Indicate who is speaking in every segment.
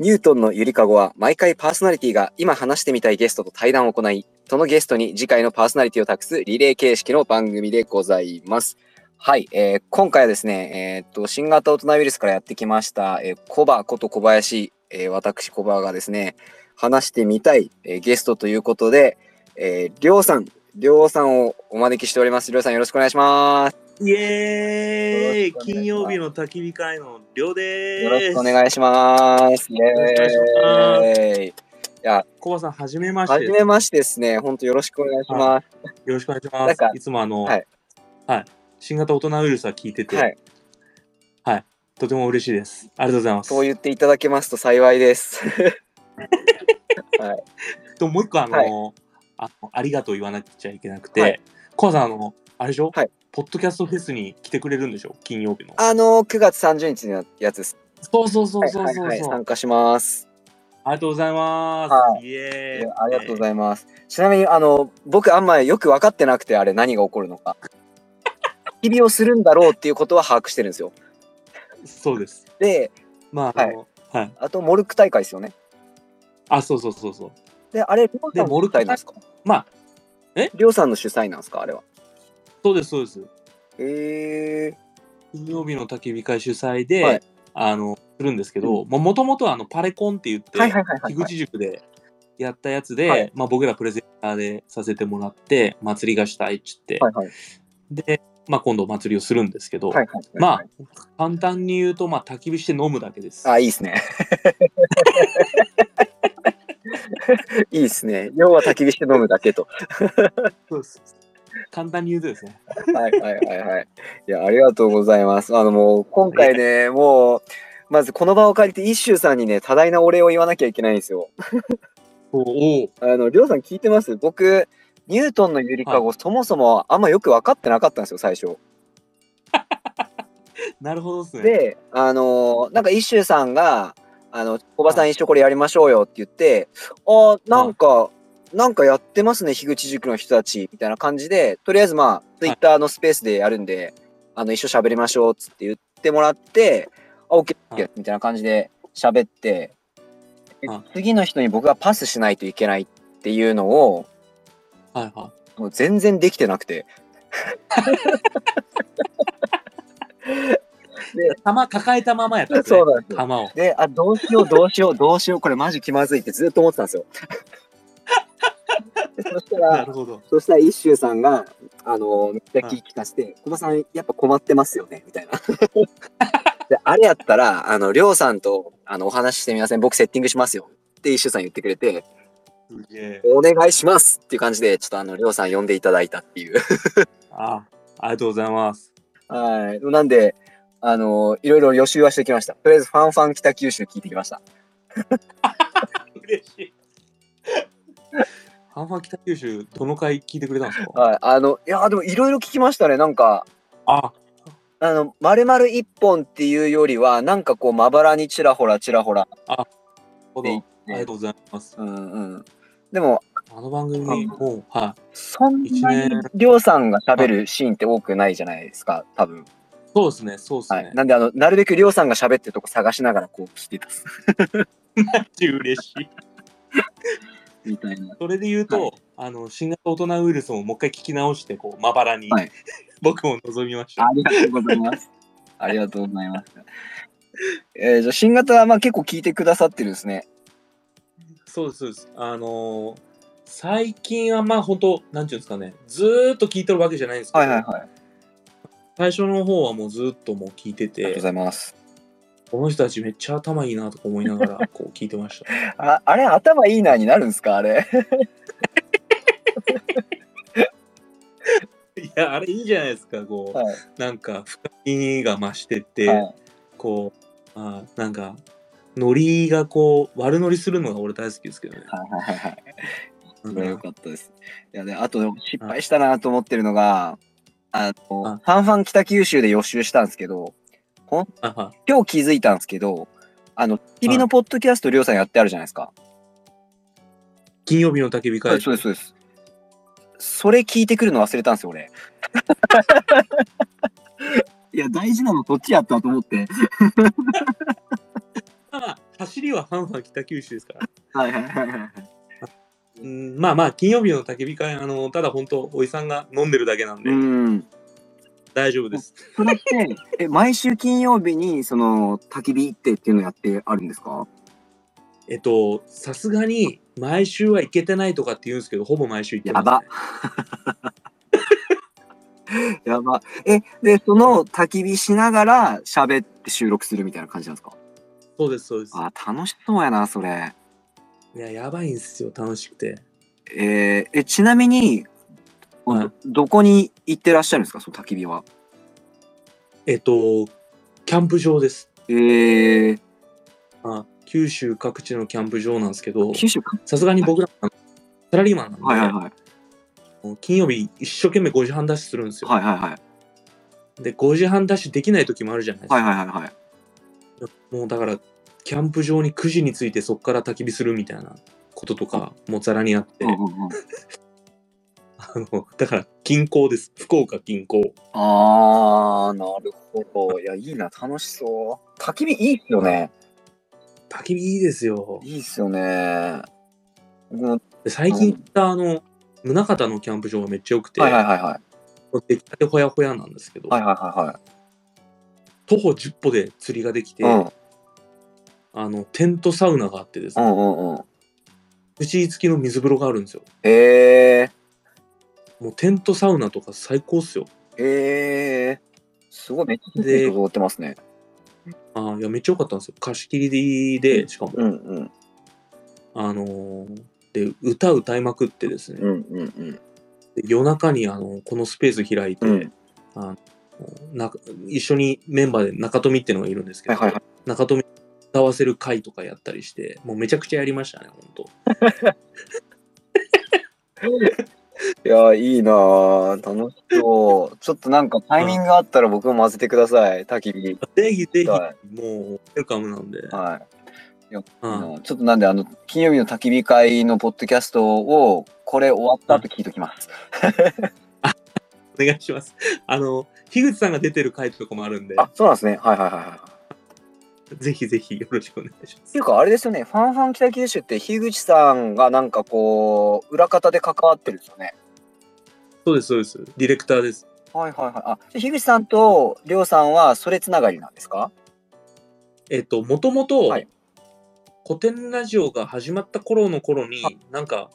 Speaker 1: ニュートンのゆりかごは毎回パーソナリティが今話してみたいゲストと対談を行い、そのゲストに次回のパーソナリティを託すリレー形式の番組でございます。はい、えー今回はですね、えーっと、新型オトナウイルスからやってきました、えーコバこと小林、えー私コバがですね、話してみたい、えーゲストということで、えー、りょうさん、りょうさんをお招きしております。りょうさんよろしくお願いします。
Speaker 2: イエー
Speaker 1: よろし
Speaker 2: イ
Speaker 1: くお願いします
Speaker 2: 金曜日の焚き火会のりょうでーす。
Speaker 1: よろしくお
Speaker 2: い。
Speaker 1: 願いします。イ
Speaker 2: ろしくお願い
Speaker 1: エーイ。いや、
Speaker 2: コバさん、はじめまし
Speaker 1: は
Speaker 2: て。
Speaker 1: じ
Speaker 2: よ
Speaker 1: めましてですね。本当よろしくお願いします。
Speaker 2: ろしくお願いし
Speaker 1: なんか
Speaker 2: ます。いつもあの、
Speaker 1: は
Speaker 2: はいい。新型大人ウイルスは聞いてて、
Speaker 1: はい。
Speaker 2: とても嬉しいです。ありがとうございます。
Speaker 1: そう言っていただけますと幸いです。
Speaker 2: ともう一個あの、
Speaker 1: はい
Speaker 2: あのありがとう言わなくちゃいけなくて、
Speaker 1: はい
Speaker 2: コバさん、あの、あれでしょ、
Speaker 1: はい
Speaker 2: ポッドキャストフェスに来てくれるんでしょ金曜日の。
Speaker 1: あの、9月30日のやつです。
Speaker 2: そうそうそうそうそうそう、
Speaker 1: はいはいはい参加します。
Speaker 2: ありがとうございます。
Speaker 1: は
Speaker 2: イ
Speaker 1: い
Speaker 2: エー
Speaker 1: や
Speaker 2: イ。
Speaker 1: ありがとうございます。ちなみに、あの、僕あんまよく分かってなくて、あれ何が起こるの か。焚き火をするんだろうっていうことは把握してるんですよ。
Speaker 2: そうです。
Speaker 1: で、
Speaker 2: まあ、あの、はい。
Speaker 1: あと、モルック大会ですよね。
Speaker 2: あ、そうそうそうそう。
Speaker 1: で、あれ、りょうさん
Speaker 2: でモルック
Speaker 1: なんですか
Speaker 2: まあ、
Speaker 1: りょうさんの主催なんですかあれは。
Speaker 2: そうです、そうです。
Speaker 1: えー、
Speaker 2: 金曜日の焚き火会主催で、
Speaker 1: はい
Speaker 2: あのするんですけどもともとパレコンって言って、
Speaker 1: はいはいはいはい、
Speaker 2: 樋口塾でやったやつで、
Speaker 1: はい
Speaker 2: まあ、僕らプレゼンターでさせてもらって祭りがしたいっつって、
Speaker 1: はいはい。
Speaker 2: で、まあ、今度祭りをするんですけど、
Speaker 1: はいはいはい。
Speaker 2: まあ簡単に言うと、まあ、焚き火して飲むだけです。
Speaker 1: あ、いいですね。 いいですね。要は焚き火して飲むだけと。
Speaker 2: そうです簡単に言うとですね。
Speaker 1: はいはいはいはい。いや、ありがとうございます。あのもう、今回ね、もう、まずこの場を借りて、一周さんにね、多大なお礼を言わなきゃいけないんですよ。
Speaker 2: おお
Speaker 1: あの、りょうさん聞いてます僕、ニュートンのゆりかご、そもそもあんまよく分かってなかったんですよ、最初。
Speaker 2: なるほどですね。
Speaker 1: で、あのなんか一周さんが、あの、小葉さん一緒これやりましょうよって言って、あーなんか、なんかやってますね、樋口塾の人たち、みたいな感じで、とりあえずまあ、ツイッターのスペースでやるんで、あの、一緒喋りましょうっつって言ってもらって、あ、OK、
Speaker 2: はい
Speaker 1: OK みたいな感じで喋って、で
Speaker 2: はい
Speaker 1: 次の人に僕がパスしないといけないっていうのを、
Speaker 2: はいは
Speaker 1: もう全然できてなくて、
Speaker 2: い、玉抱えたままやったんですね。
Speaker 1: そうなんですよ
Speaker 2: 玉を。
Speaker 1: で、あ、どうしよう、どうしよう、どうしよう、これマジ気まずいってずっと思ってたんですよ。でそした
Speaker 2: な
Speaker 1: ら
Speaker 2: る、ほど。
Speaker 1: そしたら一周さんが、あの、めっちゃ聞き聞かせて、小葉さん、やっぱ困ってますよね、みたいな。で、あれやったら、あの、りょうさんと、あの、お話ししてみません、僕セッティングしますよ。って一周さん言ってくれて、
Speaker 2: すげえ。
Speaker 1: お願いしますっていう感じで、ちょっとあの、りょうさん呼んでいただいたっていう。
Speaker 2: あありがとうございます。
Speaker 1: はい。なんで、あの、いろいろ予習はしてきました。とりあえず、ファンファン北九州聞いてきました。
Speaker 2: 嬉しい。ハンファン北九州、どの回聞いてくれたんですか
Speaker 1: はい。あの、いや、でもいろいろ聞きましたね、なんか。
Speaker 2: あ、
Speaker 1: あの、丸々一本っていうよりは、なんかこう、まばらにちらほらちらほら。
Speaker 2: ほど。
Speaker 1: で
Speaker 2: ありがとうございます。
Speaker 1: うんうん。でも、
Speaker 2: あの番組、もう、はい。
Speaker 1: そん
Speaker 2: 一
Speaker 1: なに
Speaker 2: 年、
Speaker 1: りょうさんが喋るシーンって多くないじゃないですか、多分。
Speaker 2: そうですね、そうです
Speaker 1: は
Speaker 2: ね
Speaker 1: い。。なんで、あの、なるべくりょうさんが喋ってるとこ探しながら、こう、聞いてた。
Speaker 2: 嬉しい。
Speaker 1: みたいな。
Speaker 2: それで言うと、
Speaker 1: は
Speaker 2: あの、新型大人ウイルスももう一回聞き直して、こう、まばらに、
Speaker 1: はい
Speaker 2: 僕も望みました。
Speaker 1: ありがとうございます。 ありがとうございます。えー、じゃあ、新型は、まあ、結構聞いてくださってるんですね。
Speaker 2: そうです、そうです。あのー最近はまあ本当なんていうんですかねずーっと聞いてるわけじゃないんですけど、
Speaker 1: はいはいはい。あ
Speaker 2: 最初の方はもうずーっともう聞いて
Speaker 1: りがとう
Speaker 2: て
Speaker 1: ございます。
Speaker 2: この人たちめっちゃ頭いいなとか思いながらこう聞いてました
Speaker 1: あ、あれ、頭いいなになるんですかあれ。
Speaker 2: いや、あれいいじゃないですか、こう、
Speaker 1: はい。
Speaker 2: なんか深みが増してって、
Speaker 1: はい
Speaker 2: こう、あーなんか、ノリがこう、悪ノリするのが俺大好きですけどね。
Speaker 1: はいはいはいはい。
Speaker 2: う
Speaker 1: それは良
Speaker 2: ん
Speaker 1: かったです。いやね、あとでも失敗したなと思ってるのが、あの
Speaker 2: あ、
Speaker 1: ファンファン北九州で予習したんですけど、
Speaker 2: あは
Speaker 1: 今日気づいたんですけど、あの、君のポッドキャスト、りょうさんやってあるじゃないですか。
Speaker 2: 金曜日の焚き火
Speaker 1: は
Speaker 2: 会
Speaker 1: い、。そうです、そうです。それ聞いてくるの忘れたんですよ、 俺。いや、大事なのそっちやったと思って。
Speaker 2: まあまあ走りは半々北九州ですから。
Speaker 1: はいはいはいはい。
Speaker 2: うん、まあまあ、金曜日の焚き火会、あの、ただ本当、おじさんが飲んでるだけなんで、
Speaker 1: うん。
Speaker 2: 大丈夫です。
Speaker 1: それって、え、毎週金曜日に、その、焚き火行ってっていうのやってあるんですか
Speaker 2: えっと、さすがに、毎週は行けてないとかって言うんですけど、ほぼ毎週行ってま
Speaker 1: や
Speaker 2: す、
Speaker 1: ば。 やば。え、で、その、焚き火しながら喋って収録するみたいな感じなんですか
Speaker 2: そうです、そうです。
Speaker 1: あ、楽しそうやな、それ。
Speaker 2: いや、やばいんですよ、楽しくて。
Speaker 1: えーえちなみに、
Speaker 2: はい
Speaker 1: どこに行ってらっしゃるんですか、その焚き火は。
Speaker 2: えっと、キャンプ場です。
Speaker 1: えー、
Speaker 2: あ九州各地のキャンプ場なんですけど、
Speaker 1: 九州か。
Speaker 2: さすがに僕ら、あのサラリーマンなんで、
Speaker 1: はいはいはい。
Speaker 2: もう金曜日一生懸命5時半ダッシュするんですよ。
Speaker 1: はいはいはい。
Speaker 2: で、5時半ダッシュできない時もあるじゃないですか。
Speaker 1: はいはいはいはい。
Speaker 2: もうだから、キャンプ場に9時に着いてそこから焚き火するみたいなこととかもざらにあって、
Speaker 1: うんうんうん、
Speaker 2: あの、だから、近郊です。福岡近郊。
Speaker 1: あー、なるほど。いや、いいな、楽しそう。焚き火いいっすよね。
Speaker 2: 焚き火いいですよ。
Speaker 1: いいっすよね。僕も
Speaker 2: で最近行った、あの、宗像のキャンプ場がめっちゃ良くて、
Speaker 1: はいはいはいはい。
Speaker 2: 出来たてほやほやなんですけど、
Speaker 1: はいはいは
Speaker 2: 徒歩10歩で釣りができて、
Speaker 1: いはい。
Speaker 2: あの、テントサウナがあってです
Speaker 1: う
Speaker 2: ね、
Speaker 1: んうんうんうん。
Speaker 2: 口付きの水風呂があるんですよ。
Speaker 1: え
Speaker 2: もうテントサウナとか最高っすよ。
Speaker 1: ー、えー、すごいめっちゃ
Speaker 2: で
Speaker 1: 踊ってますね。
Speaker 2: ああ、いや、めっちゃ良かったんですよ。貸し切りで、しかも、
Speaker 1: うんうん
Speaker 2: あのーで、歌歌いまくってですね、
Speaker 1: うんうんうん。
Speaker 2: で夜中にあのこのスペース開いて、
Speaker 1: うん。
Speaker 2: な一緒にメンバーで中富っていうのがいるんですけ
Speaker 1: は
Speaker 2: ど、
Speaker 1: いはいはい。
Speaker 2: 中富歌わせる会とかやったりしてもうめちゃくちゃやりましたね本当
Speaker 1: いやー、いいなー楽しそう。ちょっとなんかタイミングがあったら僕も混ぜてください、焚き火。
Speaker 2: ぜひぜひ、
Speaker 1: は
Speaker 2: もうウェルカムなんで、
Speaker 1: はい。
Speaker 2: うん
Speaker 1: ちょっとなんで、あの、金曜日の焚き火会のポッドキャストを、これ終わった後聞いときます。
Speaker 2: お願いしますあの樋口さんが出てる会とかもあるんで
Speaker 1: あ、そうなんですね。はいはいはいはい。っ
Speaker 2: ぜひぜひよろしくお願いしま
Speaker 1: て
Speaker 2: す
Speaker 1: いうか、あれですよね、ファンファン北九州って、樋口さんがなんかこう、裏方で関わってるんですよね。
Speaker 2: そうですそうですディレクターです
Speaker 1: はいはいはい。あ、じゃあ樋口さんとりょうさんは、それつながりなんですか
Speaker 2: えっともともと
Speaker 1: はい
Speaker 2: 古典ラジオが始まった頃の頃に、なんか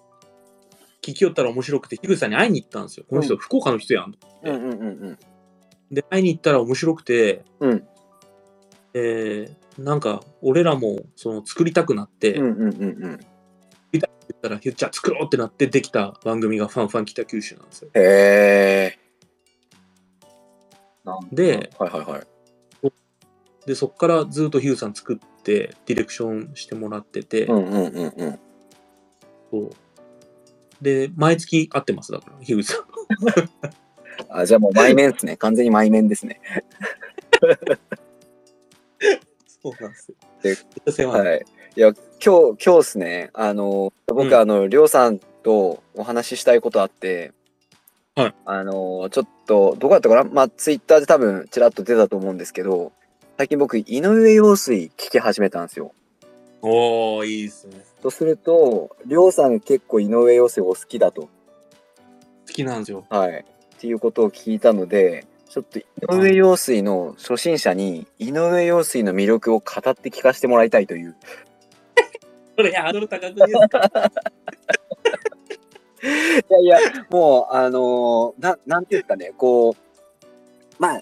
Speaker 2: 聞きよったら面白くて樋口さんに会いに行ったんですよこの人、
Speaker 1: う
Speaker 2: 福岡の人やん
Speaker 1: うんうんうんうん。
Speaker 2: で会いに行ったら面白くて、
Speaker 1: うん
Speaker 2: えーなんか俺らもその作りたくなって、
Speaker 1: うんうんうんうん。
Speaker 2: 言ったら「ヒュッチャー作ろう!」ってなってできた番組が「ファンファン北九州」なんですよ。
Speaker 1: へえ。なん
Speaker 2: で
Speaker 1: はいはいはい。
Speaker 2: でそっからずっとヒューさん作ってディレクションしてもらってて、
Speaker 1: うんうんうんうん。
Speaker 2: そうで毎月会ってますだからヒューさん。
Speaker 1: あ、じゃあもう、毎面ですね。完全に毎面ですね。
Speaker 2: そうなんですよ。
Speaker 1: で
Speaker 2: お世話になっ
Speaker 1: はい。いや、今日、今日ですね、あの、
Speaker 2: うん
Speaker 1: 僕、あの、りょうさんとお話ししたいことあって、
Speaker 2: はい。
Speaker 1: あの、ちょっと、どこだったかなまあ、ツイッターで多分、ちらっと出たと思うんですけど、最近僕、井上陽水聞き始めたんですよ。
Speaker 2: おおいいですね。
Speaker 1: とすると、りょうさん結構井上陽水お好きだと。
Speaker 2: 好きなんですよ。
Speaker 1: はい。っていうことを聞いたので、ちょっと井上陽水の初心者に井上陽水の魅力を語って聞かせてもらいたいという。
Speaker 2: これハードル高くないですか
Speaker 1: いやいや、もう、あのーな、なんていうんですかね、こう、まあ、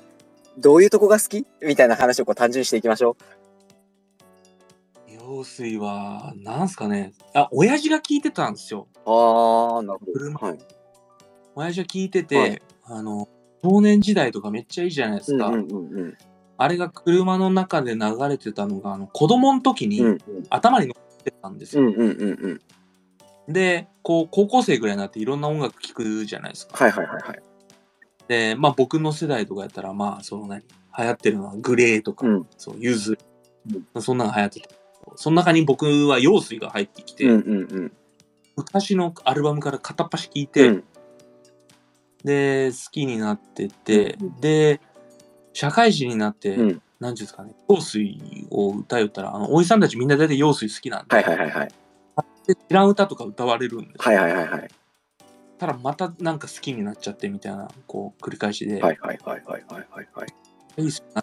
Speaker 1: どういうとこが好きみたいな話をこう単純にしていきましょ
Speaker 2: 用水はなんすかねあ親父が聞いてたんですよ。
Speaker 1: う。あー、なるほ
Speaker 2: 車
Speaker 1: はい。
Speaker 2: 親父は聞いてて、
Speaker 1: はい
Speaker 2: あの少年時代とかめっちゃいいじゃないで
Speaker 1: う
Speaker 2: す
Speaker 1: んう
Speaker 2: か、
Speaker 1: んうんうん。
Speaker 2: あれが車の中で流れてたのがあの子供の時
Speaker 1: うんう
Speaker 2: に
Speaker 1: ん
Speaker 2: 頭に乗ってたんです
Speaker 1: う
Speaker 2: よ、
Speaker 1: んうんうん。
Speaker 2: でこう高校生ぐらいになっていろんな音楽聴くじゃないですか、
Speaker 1: はいはいはいはい。
Speaker 2: でまあ僕の世代とかやったらまあその何流行ってるのはグレーとか、
Speaker 1: うん
Speaker 2: そうゆず、そんなの流行ってたその中に僕は用水が入ってきて、
Speaker 1: うんうんうん。
Speaker 2: 昔のアルバムから片っ端聞いて、
Speaker 1: うん
Speaker 2: で好きになってて、で社会人になって、
Speaker 1: うん
Speaker 2: なんていうんですかね、用水を歌いよったら、あの、おじさんたちみんな大体用水好きなんで、
Speaker 1: はいはいはいはい。
Speaker 2: で知らん歌とか歌われるんです。
Speaker 1: はいはいはいはい。
Speaker 2: ただまたなんか好きになっちゃってみたいな、こう、繰り返しで、
Speaker 1: はいはいはいはいはいはいはい。
Speaker 2: いいっすね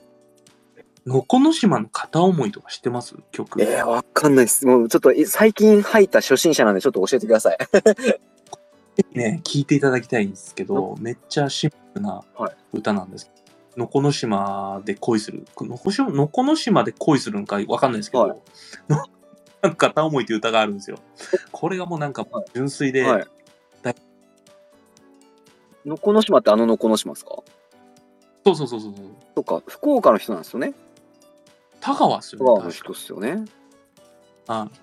Speaker 2: のこの島の片思いとか知ってます曲。
Speaker 1: えー、わかんないです。もうちょっとえ最近入った初心者なんでちょっと教えてください。
Speaker 2: ね、聞いていただきたいんですけど、めっちゃシンプルな歌なんです。のこの島で恋する。のこしのこの島で恋するんかわかんないですけど、
Speaker 1: はい
Speaker 2: のなんか片思いという歌があるんですよ。これがもうなんか
Speaker 1: はい
Speaker 2: 純粋で、
Speaker 1: はい
Speaker 2: だ。
Speaker 1: のこの島ってあののこの島ですか
Speaker 2: そうそうそうそうそう。
Speaker 1: とか、福岡の人なんですよね。
Speaker 2: 田川っす
Speaker 1: 福
Speaker 2: よ
Speaker 1: 岡
Speaker 2: ね
Speaker 1: の。人っすよね。
Speaker 2: 確か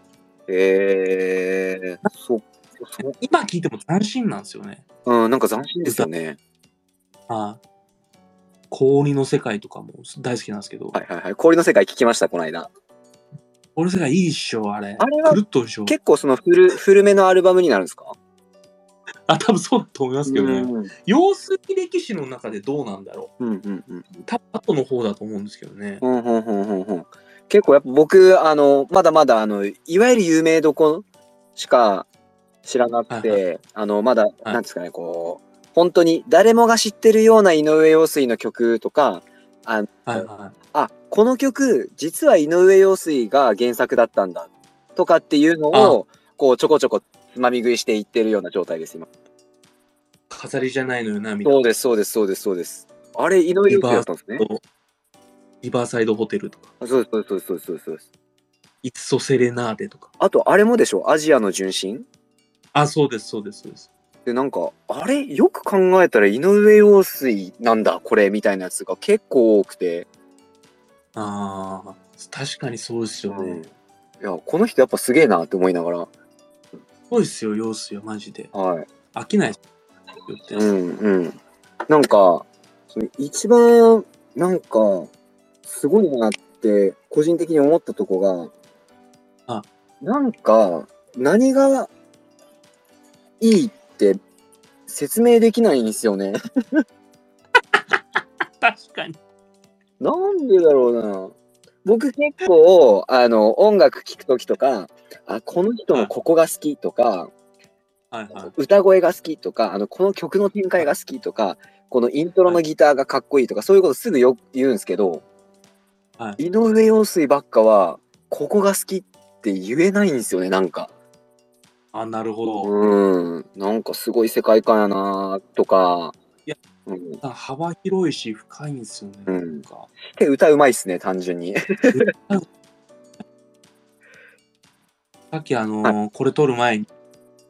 Speaker 1: えー、そ
Speaker 2: うん
Speaker 1: そ
Speaker 2: 今聞いても斬新なんですよね。
Speaker 1: うん、なんか斬新ですよね。
Speaker 2: あ氷の世界とかも大好きなんですけど、
Speaker 1: はいはいはい。氷の世界聞きました、この間。
Speaker 2: 氷の世界いいっしょ、あれ。
Speaker 1: あれは
Speaker 2: くるっとでしょ。
Speaker 1: 結構その古古めのアルバムになるんですか
Speaker 2: あ、多分そうだと思いますけど
Speaker 1: う
Speaker 2: ね。
Speaker 1: んうん
Speaker 2: 様子見歴史の中でどうなんだろう。
Speaker 1: うんうん。
Speaker 2: 多分後の方だと思うんですけどね。
Speaker 1: うんうんうんうんうん結構やっぱ僕あのまだまだあのいわゆる有名どこしか知らなくて、
Speaker 2: はい
Speaker 1: あのまだ、なんですかねこう本当に誰もが知ってるような井上陽水の曲とか
Speaker 2: はいは
Speaker 1: あこの曲実は井上陽水が原作だったんだとかっていうのをこうちょこちょこつまみ食いしていってるような状態です今
Speaker 2: い。飾りじゃないのよな、み
Speaker 1: そ
Speaker 2: たいな
Speaker 1: う。ですそうですそうですそうですあれ井上陽水だったんですね
Speaker 2: リバーサイドホテルとか、
Speaker 1: あそうですそうですそうですそうですそうです
Speaker 2: いつそセレナーデとか。
Speaker 1: あとあれもでしょアジアの純真
Speaker 2: あ、そうです、そうです、そうです。
Speaker 1: でなんかあれよく考えたら井上陽水なんだこれみたいなやつが結構多くて、
Speaker 2: ああ、確かにそうですよ
Speaker 1: うん
Speaker 2: ね
Speaker 1: い。やこの人やっぱすげえなって思いながら、
Speaker 2: そうですよ、様子よ、マジで。
Speaker 1: はい
Speaker 2: 飽きないですよって。
Speaker 1: うんうん、なんかその一番なんかすごいなって個人的に思ったとこが
Speaker 2: あ
Speaker 1: なんか何がいいって説明できないんですよね。
Speaker 2: 確かに。
Speaker 1: なんでだろうな。僕結構、あの、音楽聴くときとか、あ、この人のここが好きとか、
Speaker 2: はいはい。
Speaker 1: 歌声が好きとか、あの、この曲の展開が好きとか、このイントロのギターがかっこいいとか、そういうことすぐよく言うんですけど、
Speaker 2: は
Speaker 1: 井上陽水ばっかは、ここが好きって言えないんですよね、なんか。
Speaker 2: あ、なるほど。
Speaker 1: うん。なんかすごい世界観やなとか。
Speaker 2: いや
Speaker 1: うん。
Speaker 2: なんか幅広いし、深いんですよね。
Speaker 1: うん
Speaker 2: なんか
Speaker 1: で、歌うまいっすね、単純 に。
Speaker 2: さっき、あのー
Speaker 1: は
Speaker 2: これ撮る前に、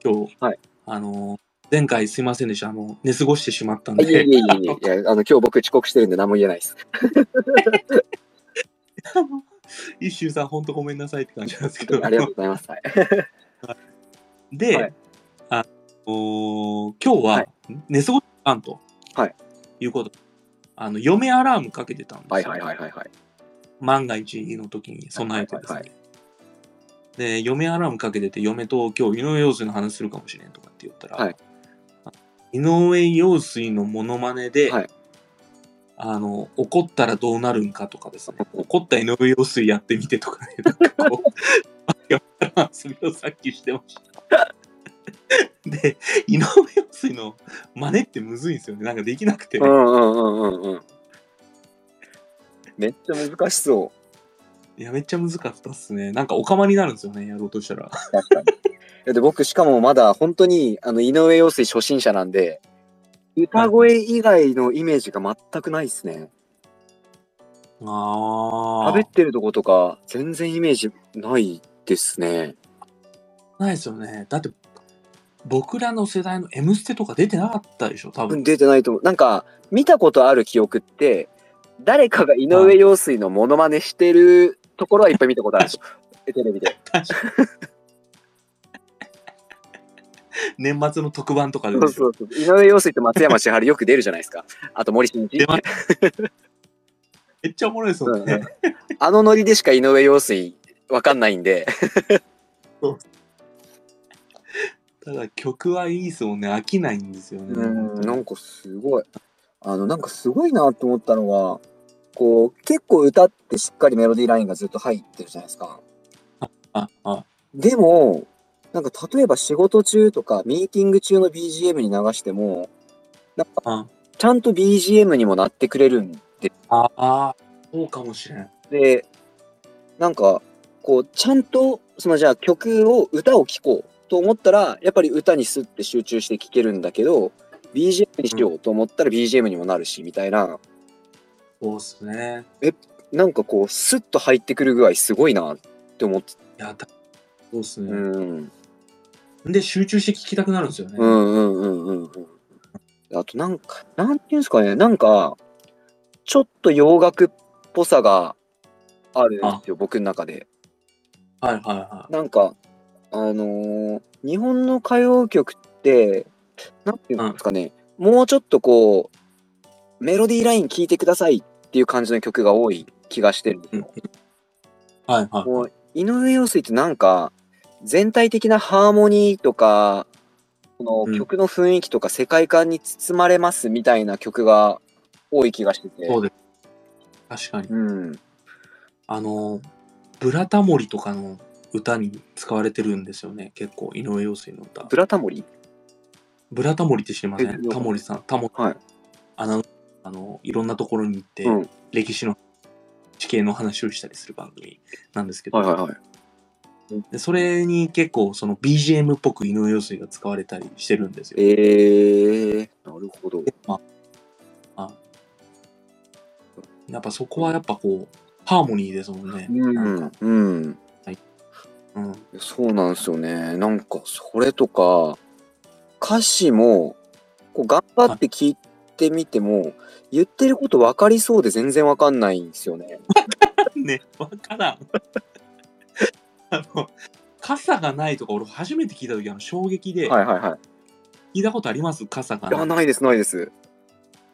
Speaker 2: 今日、
Speaker 1: はい
Speaker 2: あのー前回すいませんでした。あの、寝過ごしてしまったん
Speaker 1: いや
Speaker 2: で
Speaker 1: い。やいやいやいや、あの、今日僕遅刻してるんで何も言えないです。
Speaker 2: あの一周さん、本当ごめんなさいって感じなんですけど、
Speaker 1: ありがとうございます。はい
Speaker 2: で、
Speaker 1: はい
Speaker 2: あのー今日は
Speaker 1: はい
Speaker 2: 寝過ごしたんと、
Speaker 1: はい、
Speaker 2: うこと、あの嫁アラームかけてたんですよ、
Speaker 1: はいはいはいはいはい。
Speaker 2: 万が一の時に備えてですね。
Speaker 1: はいは
Speaker 2: で、嫁アラームかけてて、嫁と今日井上陽水の話するかもしれんとかって言ったら、
Speaker 1: はい
Speaker 2: 井上陽水のモノマネで、
Speaker 1: はい
Speaker 2: あの怒ったらどうなるんかとかですね、怒った井上陽水やってみてとかね、なんかこう、 それをさっきしてました。で、井上陽水の真似ってむずいんですよね、なんかできなくて。
Speaker 1: うんうんうんうんうん。めっちゃ難しそ
Speaker 2: いや、めっちゃ難かったっすね。なんかお釜になるんですよね、やろうとしたら。
Speaker 1: う。確かに。で僕しかもまだ本当にあの井上陽水初心者なんで歌声以外のイメージが全くないですね。
Speaker 2: ああ。
Speaker 1: 喋ってるとことか全然イメージないですね。
Speaker 2: ないですよね。だって、僕らの世代の「M ステ」とか出てなかったでしょ、多分。
Speaker 1: 出てないと思う。なんか見たことある記憶って誰かが井上陽水のモノマネしてるところはいっぱい見たことあるでしょ。テレビ で。
Speaker 2: 年末の特番とかで
Speaker 1: そうそうそう。井上陽水と松山千春よく出るじゃないですか。あと森進一
Speaker 2: 出。ますめっちゃおもろいですよ
Speaker 1: うんう
Speaker 2: ね
Speaker 1: ん。あのノリでしか井上陽水わかんないんで。
Speaker 2: ただ曲はいいですもんね。飽きないんですよね。
Speaker 1: なんかすごい。あの、なんかすごいなと思ったのが、こう、結構歌ってしっかりメロディーラインがずっと入ってるじゃないですか。
Speaker 2: あ、あ、
Speaker 1: でも、なんか例えば仕事中とかミーティング中の BGM に流しても、なん
Speaker 2: うん
Speaker 1: かちゃんと BGM にもなってくれるんで、
Speaker 2: ああ、そうかもしれん。
Speaker 1: でなんかこう、ちゃんと、そのじゃあ曲を、歌を聴こうと思ったら、やっぱり歌にすって集中して聴けるんだけど、BGM にしようと思ったら BGM にもなるし、みたいな、
Speaker 2: そうっすね。
Speaker 1: なんかこう、スッと入ってくる具合すごいなって思って、
Speaker 2: いや、たそうっす
Speaker 1: う
Speaker 2: ね。
Speaker 1: ん。
Speaker 2: で、集中して聞きたくなるんですよね。
Speaker 1: うんうんうんうんうん。あとなんか、なんていうんですかね、なんか、ちょっと洋楽っぽさがあるんですよ、僕の中で。
Speaker 2: はいはいは
Speaker 1: なんか、あのー日本の歌謡曲って、なんていうんですかね、もうちょっとこう、メロディーライン聴いてくださいっていう感じの曲が多い気がしてるんですよ。
Speaker 2: い。はいはい。
Speaker 1: もう井上陽水ってなんか全体的なハーモニーとかこ
Speaker 2: うん
Speaker 1: の曲の雰囲気とか世界観に包まれますみたいな曲が多い気がしてて、
Speaker 2: そうです。確かに。
Speaker 1: うん、
Speaker 2: あの、ブラタモリとかの歌に使われてるんですよね。結構、井上陽水の歌
Speaker 1: ブ。ラタモリ
Speaker 2: ブラタモリって知りませ
Speaker 1: え
Speaker 2: んタモリさん、タモリ、
Speaker 1: はい
Speaker 2: あの、あの、いろんなところに行って、
Speaker 1: うん
Speaker 2: 歴史の地形の話をしたりする番組なんですけど、
Speaker 1: はいはいはい
Speaker 2: でそれに結構その BGM っぽく井上陽水が使われたりしてるんですよ。
Speaker 1: えー、なるほど
Speaker 2: でまあ、あやっぱそこはやっぱこうハーモニーですもんね。
Speaker 1: う
Speaker 2: なん
Speaker 1: ん、
Speaker 2: か
Speaker 1: うん、
Speaker 2: うん、
Speaker 1: そうなんですよねなんかそれとか歌詞もこう頑張って聞いてみても、言ってること分かりそうで全然分かんないんですよね
Speaker 2: ねわからん。 あの傘がないとか俺初めて聞いた時あの衝撃で、
Speaker 1: はいはいはい
Speaker 2: 聞いたことあります傘が
Speaker 1: いや
Speaker 2: ない。
Speaker 1: ないですないです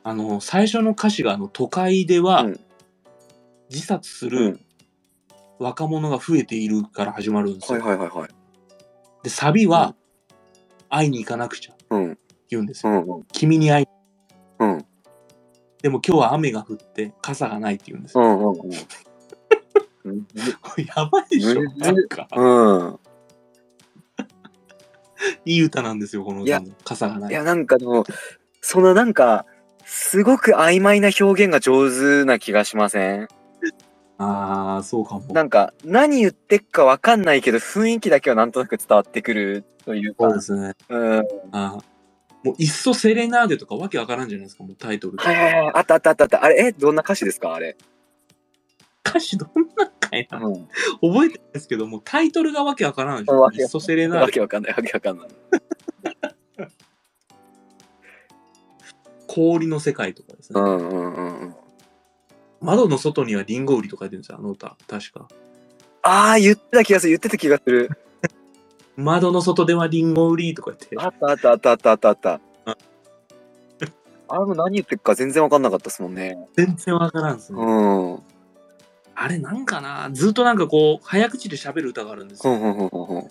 Speaker 2: あの最初の歌詞があの都会では
Speaker 1: うん
Speaker 2: 自殺す
Speaker 1: う
Speaker 2: る
Speaker 1: ん
Speaker 2: 若者が増えているから始まるんです
Speaker 1: はい
Speaker 2: よ。
Speaker 1: はいはいはい
Speaker 2: でサビ
Speaker 1: う
Speaker 2: は
Speaker 1: ん
Speaker 2: 会いに行かなくちゃ
Speaker 1: うん
Speaker 2: 言うんです
Speaker 1: う
Speaker 2: よ。
Speaker 1: んうん
Speaker 2: 君に会い
Speaker 1: うん
Speaker 2: でも今日は雨が降って傘がないって言うんです
Speaker 1: う
Speaker 2: よ。
Speaker 1: ん うんうん
Speaker 2: やばいでしょ
Speaker 1: むず
Speaker 2: なんか、
Speaker 1: うん
Speaker 2: いい歌なんですよ、この
Speaker 1: いや
Speaker 2: 歌も。傘がないい。
Speaker 1: やなんかのそのなんかすごく曖昧な表現が上手な気がしません
Speaker 2: ああ、そうかも。
Speaker 1: なんか何言ってっかわかんないけど雰囲気だけはなんとなく伝わってくるというか
Speaker 2: そうですね。
Speaker 1: うんはい
Speaker 2: あーもういっそセレナーデとかわけわからんじゃないですか、もうタイトル。
Speaker 1: はいはいあったあったあったあったあれえどんな歌詞ですかあれ
Speaker 2: 歌詞どんなんかいな。
Speaker 1: うん
Speaker 2: 覚えてないですけど、もうタイトルがわけわからんでしょ
Speaker 1: わ。け
Speaker 2: いっそセレナー
Speaker 1: わ
Speaker 2: デ。
Speaker 1: けわかんないわけわかんない
Speaker 2: 氷の世界とかです
Speaker 1: う
Speaker 2: ね。
Speaker 1: んうんうんうん
Speaker 2: 窓の外にはリンゴ売りとか言ってるんですよ、あの歌。確か。
Speaker 1: ああ言ってた気がする言ってた気がす る
Speaker 2: 窓の外ではリンゴ売りとか言って。
Speaker 1: あったあったあったあったあったあった。 あれも何言ってるか全然わかんなかったですもんね。
Speaker 2: 全然わからんですね。
Speaker 1: うん。うん
Speaker 2: あれなんかなずっとなんかこう、早口で喋る歌があるんです
Speaker 1: う
Speaker 2: よ。
Speaker 1: んうんうんうん。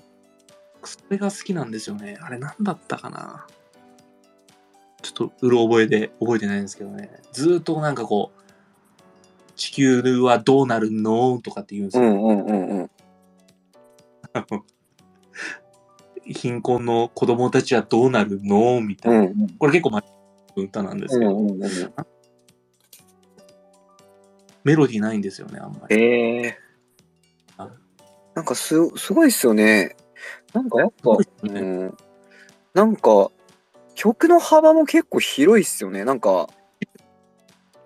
Speaker 2: それが好きなんですよね。あれ何だったかなちょっとうろ覚えで覚えてないんですけどね。ずーっとなんかこう、地球はどうなるのとかって言うんです
Speaker 1: う
Speaker 2: よ。
Speaker 1: んうんうんうん。
Speaker 2: あの貧困の子供たちはどうなるのみた
Speaker 1: う
Speaker 2: いな。
Speaker 1: んうん
Speaker 2: これ結構前の歌なんです
Speaker 1: う
Speaker 2: けど、
Speaker 1: んうんうん。
Speaker 2: メロディーないんですよね、あんまり。
Speaker 1: ええ
Speaker 2: あ
Speaker 1: なんかすすごいっすよね。なんかやっぱ、う
Speaker 2: ね
Speaker 1: ん。なんか曲の幅も結構広いっすよね。なんか。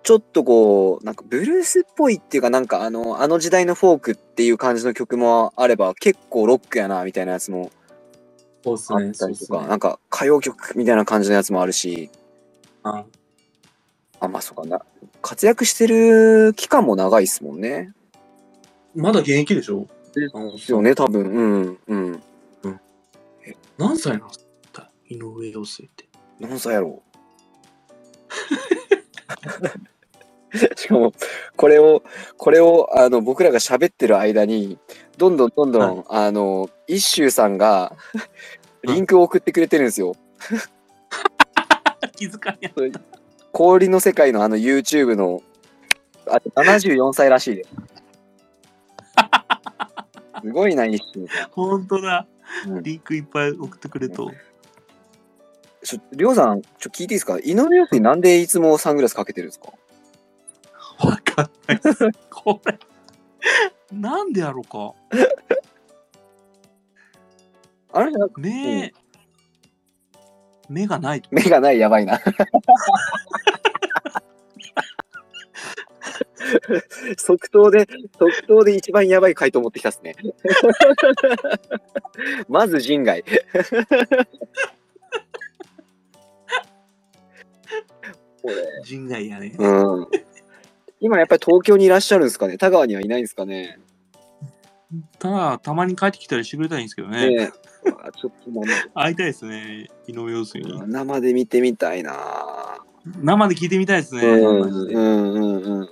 Speaker 1: ちょっとこうなんかブルースっぽいっていうかなんかあのあの時代のフォークっていう感じの曲もあれば結構ロックやなみたいなやつも
Speaker 2: そうです
Speaker 1: あっ
Speaker 2: ね、
Speaker 1: た
Speaker 2: そう
Speaker 1: り
Speaker 2: で
Speaker 1: と
Speaker 2: す
Speaker 1: か、
Speaker 2: ね
Speaker 1: な。んか歌謡曲みたいな感じのやつもあるし、
Speaker 2: あ
Speaker 1: あ、まあそうかな。活躍してる期間も長いですもんね。
Speaker 2: まだ現役でしょで
Speaker 1: ですよね、多分。うん、うん。
Speaker 2: 何歳なんですか井上陽水って。
Speaker 1: 何歳やろう。 しかも、これを、これを、あの、僕らが喋ってる間に、どんどんどんどん、あの、一周さんが、リンクを送ってくれてるんですよ。
Speaker 2: 気づかんや
Speaker 1: 氷の世界のあの YouTube の、あれ74歳らしいです。すごいな、一心さ
Speaker 2: 本当だ。
Speaker 1: ん。うん
Speaker 2: リンクいっぱい送ってくれと。
Speaker 1: ちょりょうさん、ちょ聞いていいですか井上陽水なんでいつもサングラスかけてるんですか
Speaker 2: わかんないっす。これ。なんでやろうか。
Speaker 1: あれなんか
Speaker 2: 目。目がないと。
Speaker 1: 目がないやばいな。 即答で、即答で一番やばい回答持ってきたっす ね。まず人外。これ
Speaker 2: 人外やね。
Speaker 1: うん。今やっぱり東京にいらっしゃるんですかね田川にはいないんですかね
Speaker 2: ただ、たまに帰ってきたりしてくれたらいいんですけどね。
Speaker 1: ねえ。うわちょっともう
Speaker 2: 会いたいですね。井上陽水に。
Speaker 1: 生で見てみたいな
Speaker 2: 生で聞いてみたいですね。
Speaker 1: うん
Speaker 2: マジで
Speaker 1: うんうんうんうん。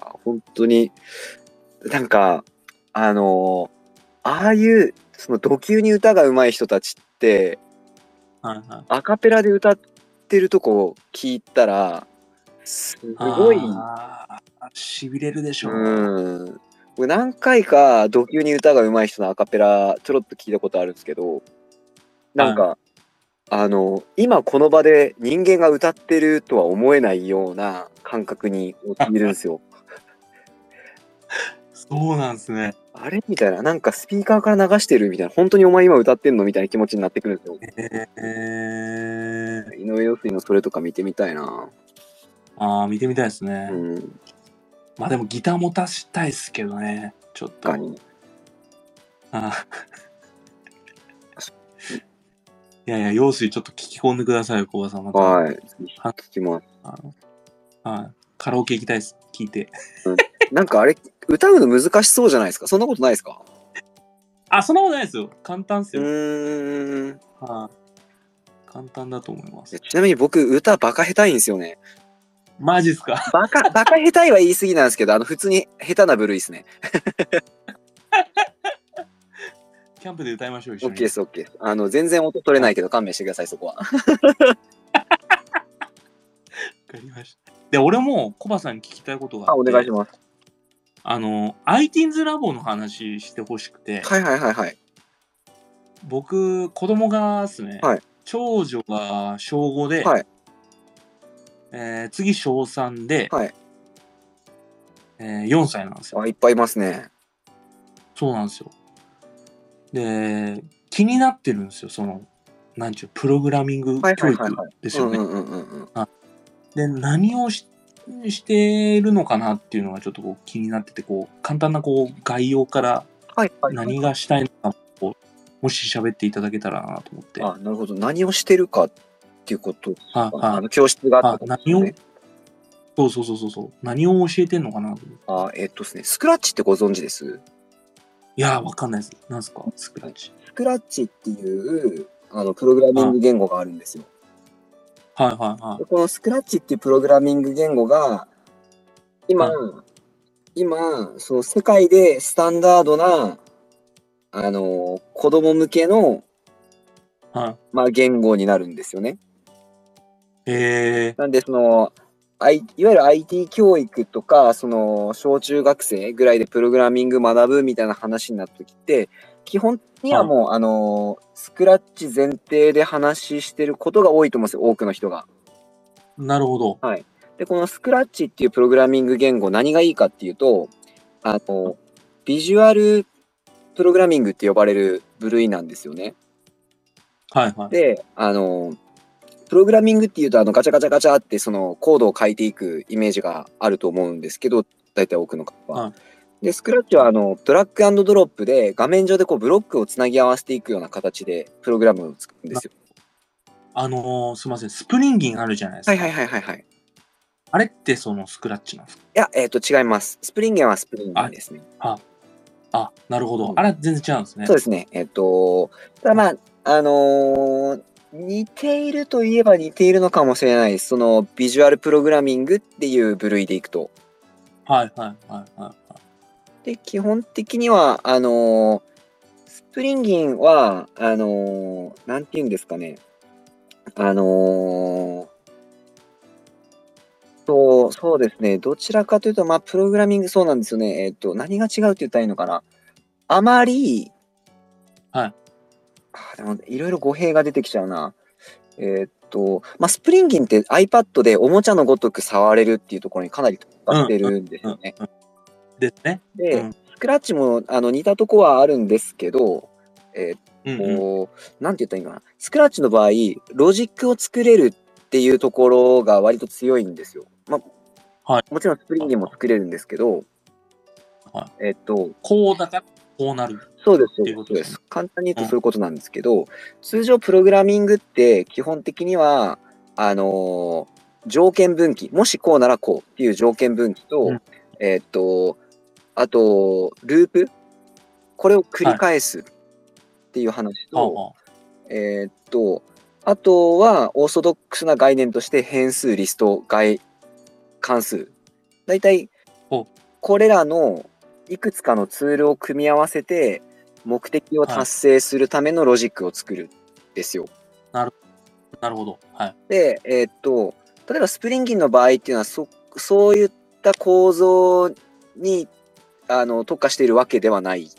Speaker 1: あ本当に、なんか、あのーああいう、その、土級に歌が上手い人たちって、
Speaker 2: はいはい。
Speaker 1: アカペラで歌ってるとこ聞いたら、すごい、
Speaker 2: あー。しびれるでしょ
Speaker 1: うん。僕何回か土級に歌が上手い人のアカペラちょろっと聞いたことあるんですけど、なんか、あの、今この場で人間が歌ってるとは思えないような感覚に陥るんですよ。
Speaker 2: そうなんですね。
Speaker 1: あれみたいな、なんかスピーカーから流してるみたいな、本当にお前今歌ってんのみたいな気持ちになってくるんですよ。
Speaker 2: えー、
Speaker 1: 井上陽水のそれとか見てみたいな。
Speaker 2: あー見てみたいですね。
Speaker 1: うん、
Speaker 2: まあでもギター持たしたいですけどね。ちょっと。
Speaker 1: 他に。
Speaker 2: あいやいや、陽水ちょっと聞き込んでくださいよ、小葉さん。また
Speaker 1: はい。聞きます。
Speaker 2: あのはいカラオケ行きたいです。聞いて。
Speaker 1: なんかあれ、歌うの難しそうじゃないですか。そんなことないですか
Speaker 2: あ、そんなことないですよ。簡単です
Speaker 1: う
Speaker 2: よ。
Speaker 1: ーん。
Speaker 2: はい簡単だと思います
Speaker 1: え。ちなみに僕、歌バカ下手いんですよね。
Speaker 2: マジっすか
Speaker 1: バカ、 バカ下手いは言い過ぎなんですけど、あの、普通に下手な部類ですね。
Speaker 2: キャンプで歌いましょう、一
Speaker 1: オ
Speaker 2: 緒
Speaker 1: ッ
Speaker 2: に。
Speaker 1: ケーです、オッケーです。あの、全然音取れないけど勘弁してください、そこは。
Speaker 2: わかりました。で、俺もコバさんに聞きたいことがあ
Speaker 1: あ、
Speaker 2: って、
Speaker 1: お願いします。
Speaker 2: あの、iTeens ラボの話してほしくて、
Speaker 1: はいはいはいはい。
Speaker 2: 僕、子供がですね、
Speaker 1: はい
Speaker 2: 長女が小5で、
Speaker 1: はい
Speaker 2: えー次小3で、
Speaker 1: はい
Speaker 2: えー4歳なんですよ。
Speaker 1: あ、いっぱいいますね。
Speaker 2: そうなんですよ。で、気になってるんですよ、その、なんちゅう、プログラミング
Speaker 1: はい
Speaker 2: 教
Speaker 1: はい
Speaker 2: 育
Speaker 1: はいは
Speaker 2: です
Speaker 1: う
Speaker 2: よ
Speaker 1: んう
Speaker 2: ね。
Speaker 1: んうんうんうん。
Speaker 2: で、何をししてるのかなっていうのがちょっとこう気になってて、こう、簡単なこう概要から
Speaker 1: はいはいはい。
Speaker 2: 何がしたいのかを、もし喋っていただけたらなと思って。
Speaker 1: あ、なるほど。何をしてるかっていうこと。
Speaker 2: あ
Speaker 1: あ
Speaker 2: あ
Speaker 1: の教室があ
Speaker 2: あ
Speaker 1: ってことです
Speaker 2: 何を
Speaker 1: ね。
Speaker 2: そうそうそうそうそう。何を教えてんのかなと思って。
Speaker 1: あ、えっとですね。スクラッチってご存知です。
Speaker 2: いやー、わかんないです。なんすかスクラッチ。
Speaker 1: スクラッチっていうあのプログラミング言語があるんですよ。
Speaker 2: はいはいは
Speaker 1: でこのスクラッチっていうプログラミング言語が今、今その世界でスタンダードなあの子供向けの
Speaker 2: い。はい。
Speaker 1: まあ言語になるんですよね。
Speaker 2: えー、
Speaker 1: なんでその、I、いわゆる IT 教育とかその小中学生ぐらいでプログラミング学ぶみたいな話になった時って基本にはもう、あのスクラッチ前提で話してることが多いと思うんですよ多くの人が。
Speaker 2: なるほど。
Speaker 1: でこのスクラッチっていうプログラミング言語何がいいかっていうとあのビジュアルプログラミングって呼ばれる部類なんですよね。
Speaker 2: はいはい。
Speaker 1: で、あの、プログラミングっていうと、あの、ガチャガチャガチャって、その、コードを書いていくイメージがあると思うんですけど、大体多くの方は。
Speaker 2: は
Speaker 1: で、スクラッチは、あの、ドラッグアンドドロップで、画面上でこう、ブロックをつなぎ合わせていくような形で、プログラムを作るんですよ。
Speaker 2: あのー、すいません。スプリンギンあるじゃないですか。
Speaker 1: はいはいはいはいはい。
Speaker 2: あれってそのスクラッチなんですか
Speaker 1: いや、えっ、と、違います。スプリンゲンはスプリンゲンですね。
Speaker 2: あ、なるほど。
Speaker 1: うん
Speaker 2: あれは全然違うんですね
Speaker 1: そう。ですね。えっ、と、ただまあ、あのー似ているといえば似ているのかもしれないです。その、ビジュアルプログラミングっていう部類でいくと。
Speaker 2: はいはいはいはい。
Speaker 1: で基本的にはあのースプリンギンはあのーなんて言うんですかねあのーそうそそうですね。どちらかというと、まあ、プログラミングそうなんですよね。えっ、と、何が違うって言ったらいいのかな。あまり、
Speaker 2: はい。
Speaker 1: あーでも、いろいろ語弊が出てきちゃうな。えっ、と、まあ、スプリンギンって iPad でおもちゃのごとく触れるっていうところにかなり特化してるんですよね。
Speaker 2: ですね。
Speaker 1: で、
Speaker 2: うん
Speaker 1: スクラッチもあの似たとこはあるんですけど、えっ、
Speaker 2: うんうん
Speaker 1: こう、なんて言ったらいいのかな。スクラッチの場合、ロジックを作れるっていうところが割と強いんですよ。まあ、
Speaker 2: はい
Speaker 1: もちろんスプリングも作れるんですけど、
Speaker 2: は
Speaker 1: えっと、
Speaker 2: こうだからこうなる。
Speaker 1: そうです、そう
Speaker 2: って
Speaker 1: で
Speaker 2: いう
Speaker 1: す
Speaker 2: こ
Speaker 1: そ
Speaker 2: と
Speaker 1: うで
Speaker 2: ですね
Speaker 1: す。簡単に言うとそういうことなんですけど、通常プログラミングって基本的には、あのー条件分岐、もしこうならこうっていう条件分岐と、
Speaker 2: うん
Speaker 1: えっと、あと、ループ、これを繰り返すっていう話と、
Speaker 2: は
Speaker 1: えーっと、あとはオーソドックスな概念として変数、リスト、外、関数。大体
Speaker 2: ほ、
Speaker 1: これらのいくつかのツールを組み合わせて、目的を達成するためのロジックを作るんですよ。
Speaker 2: あなるほど。はい。
Speaker 1: で、えーっと、例えばスプリンギンの場合っていうのは、そ、そういった構造に、あの、特化しているわけではない。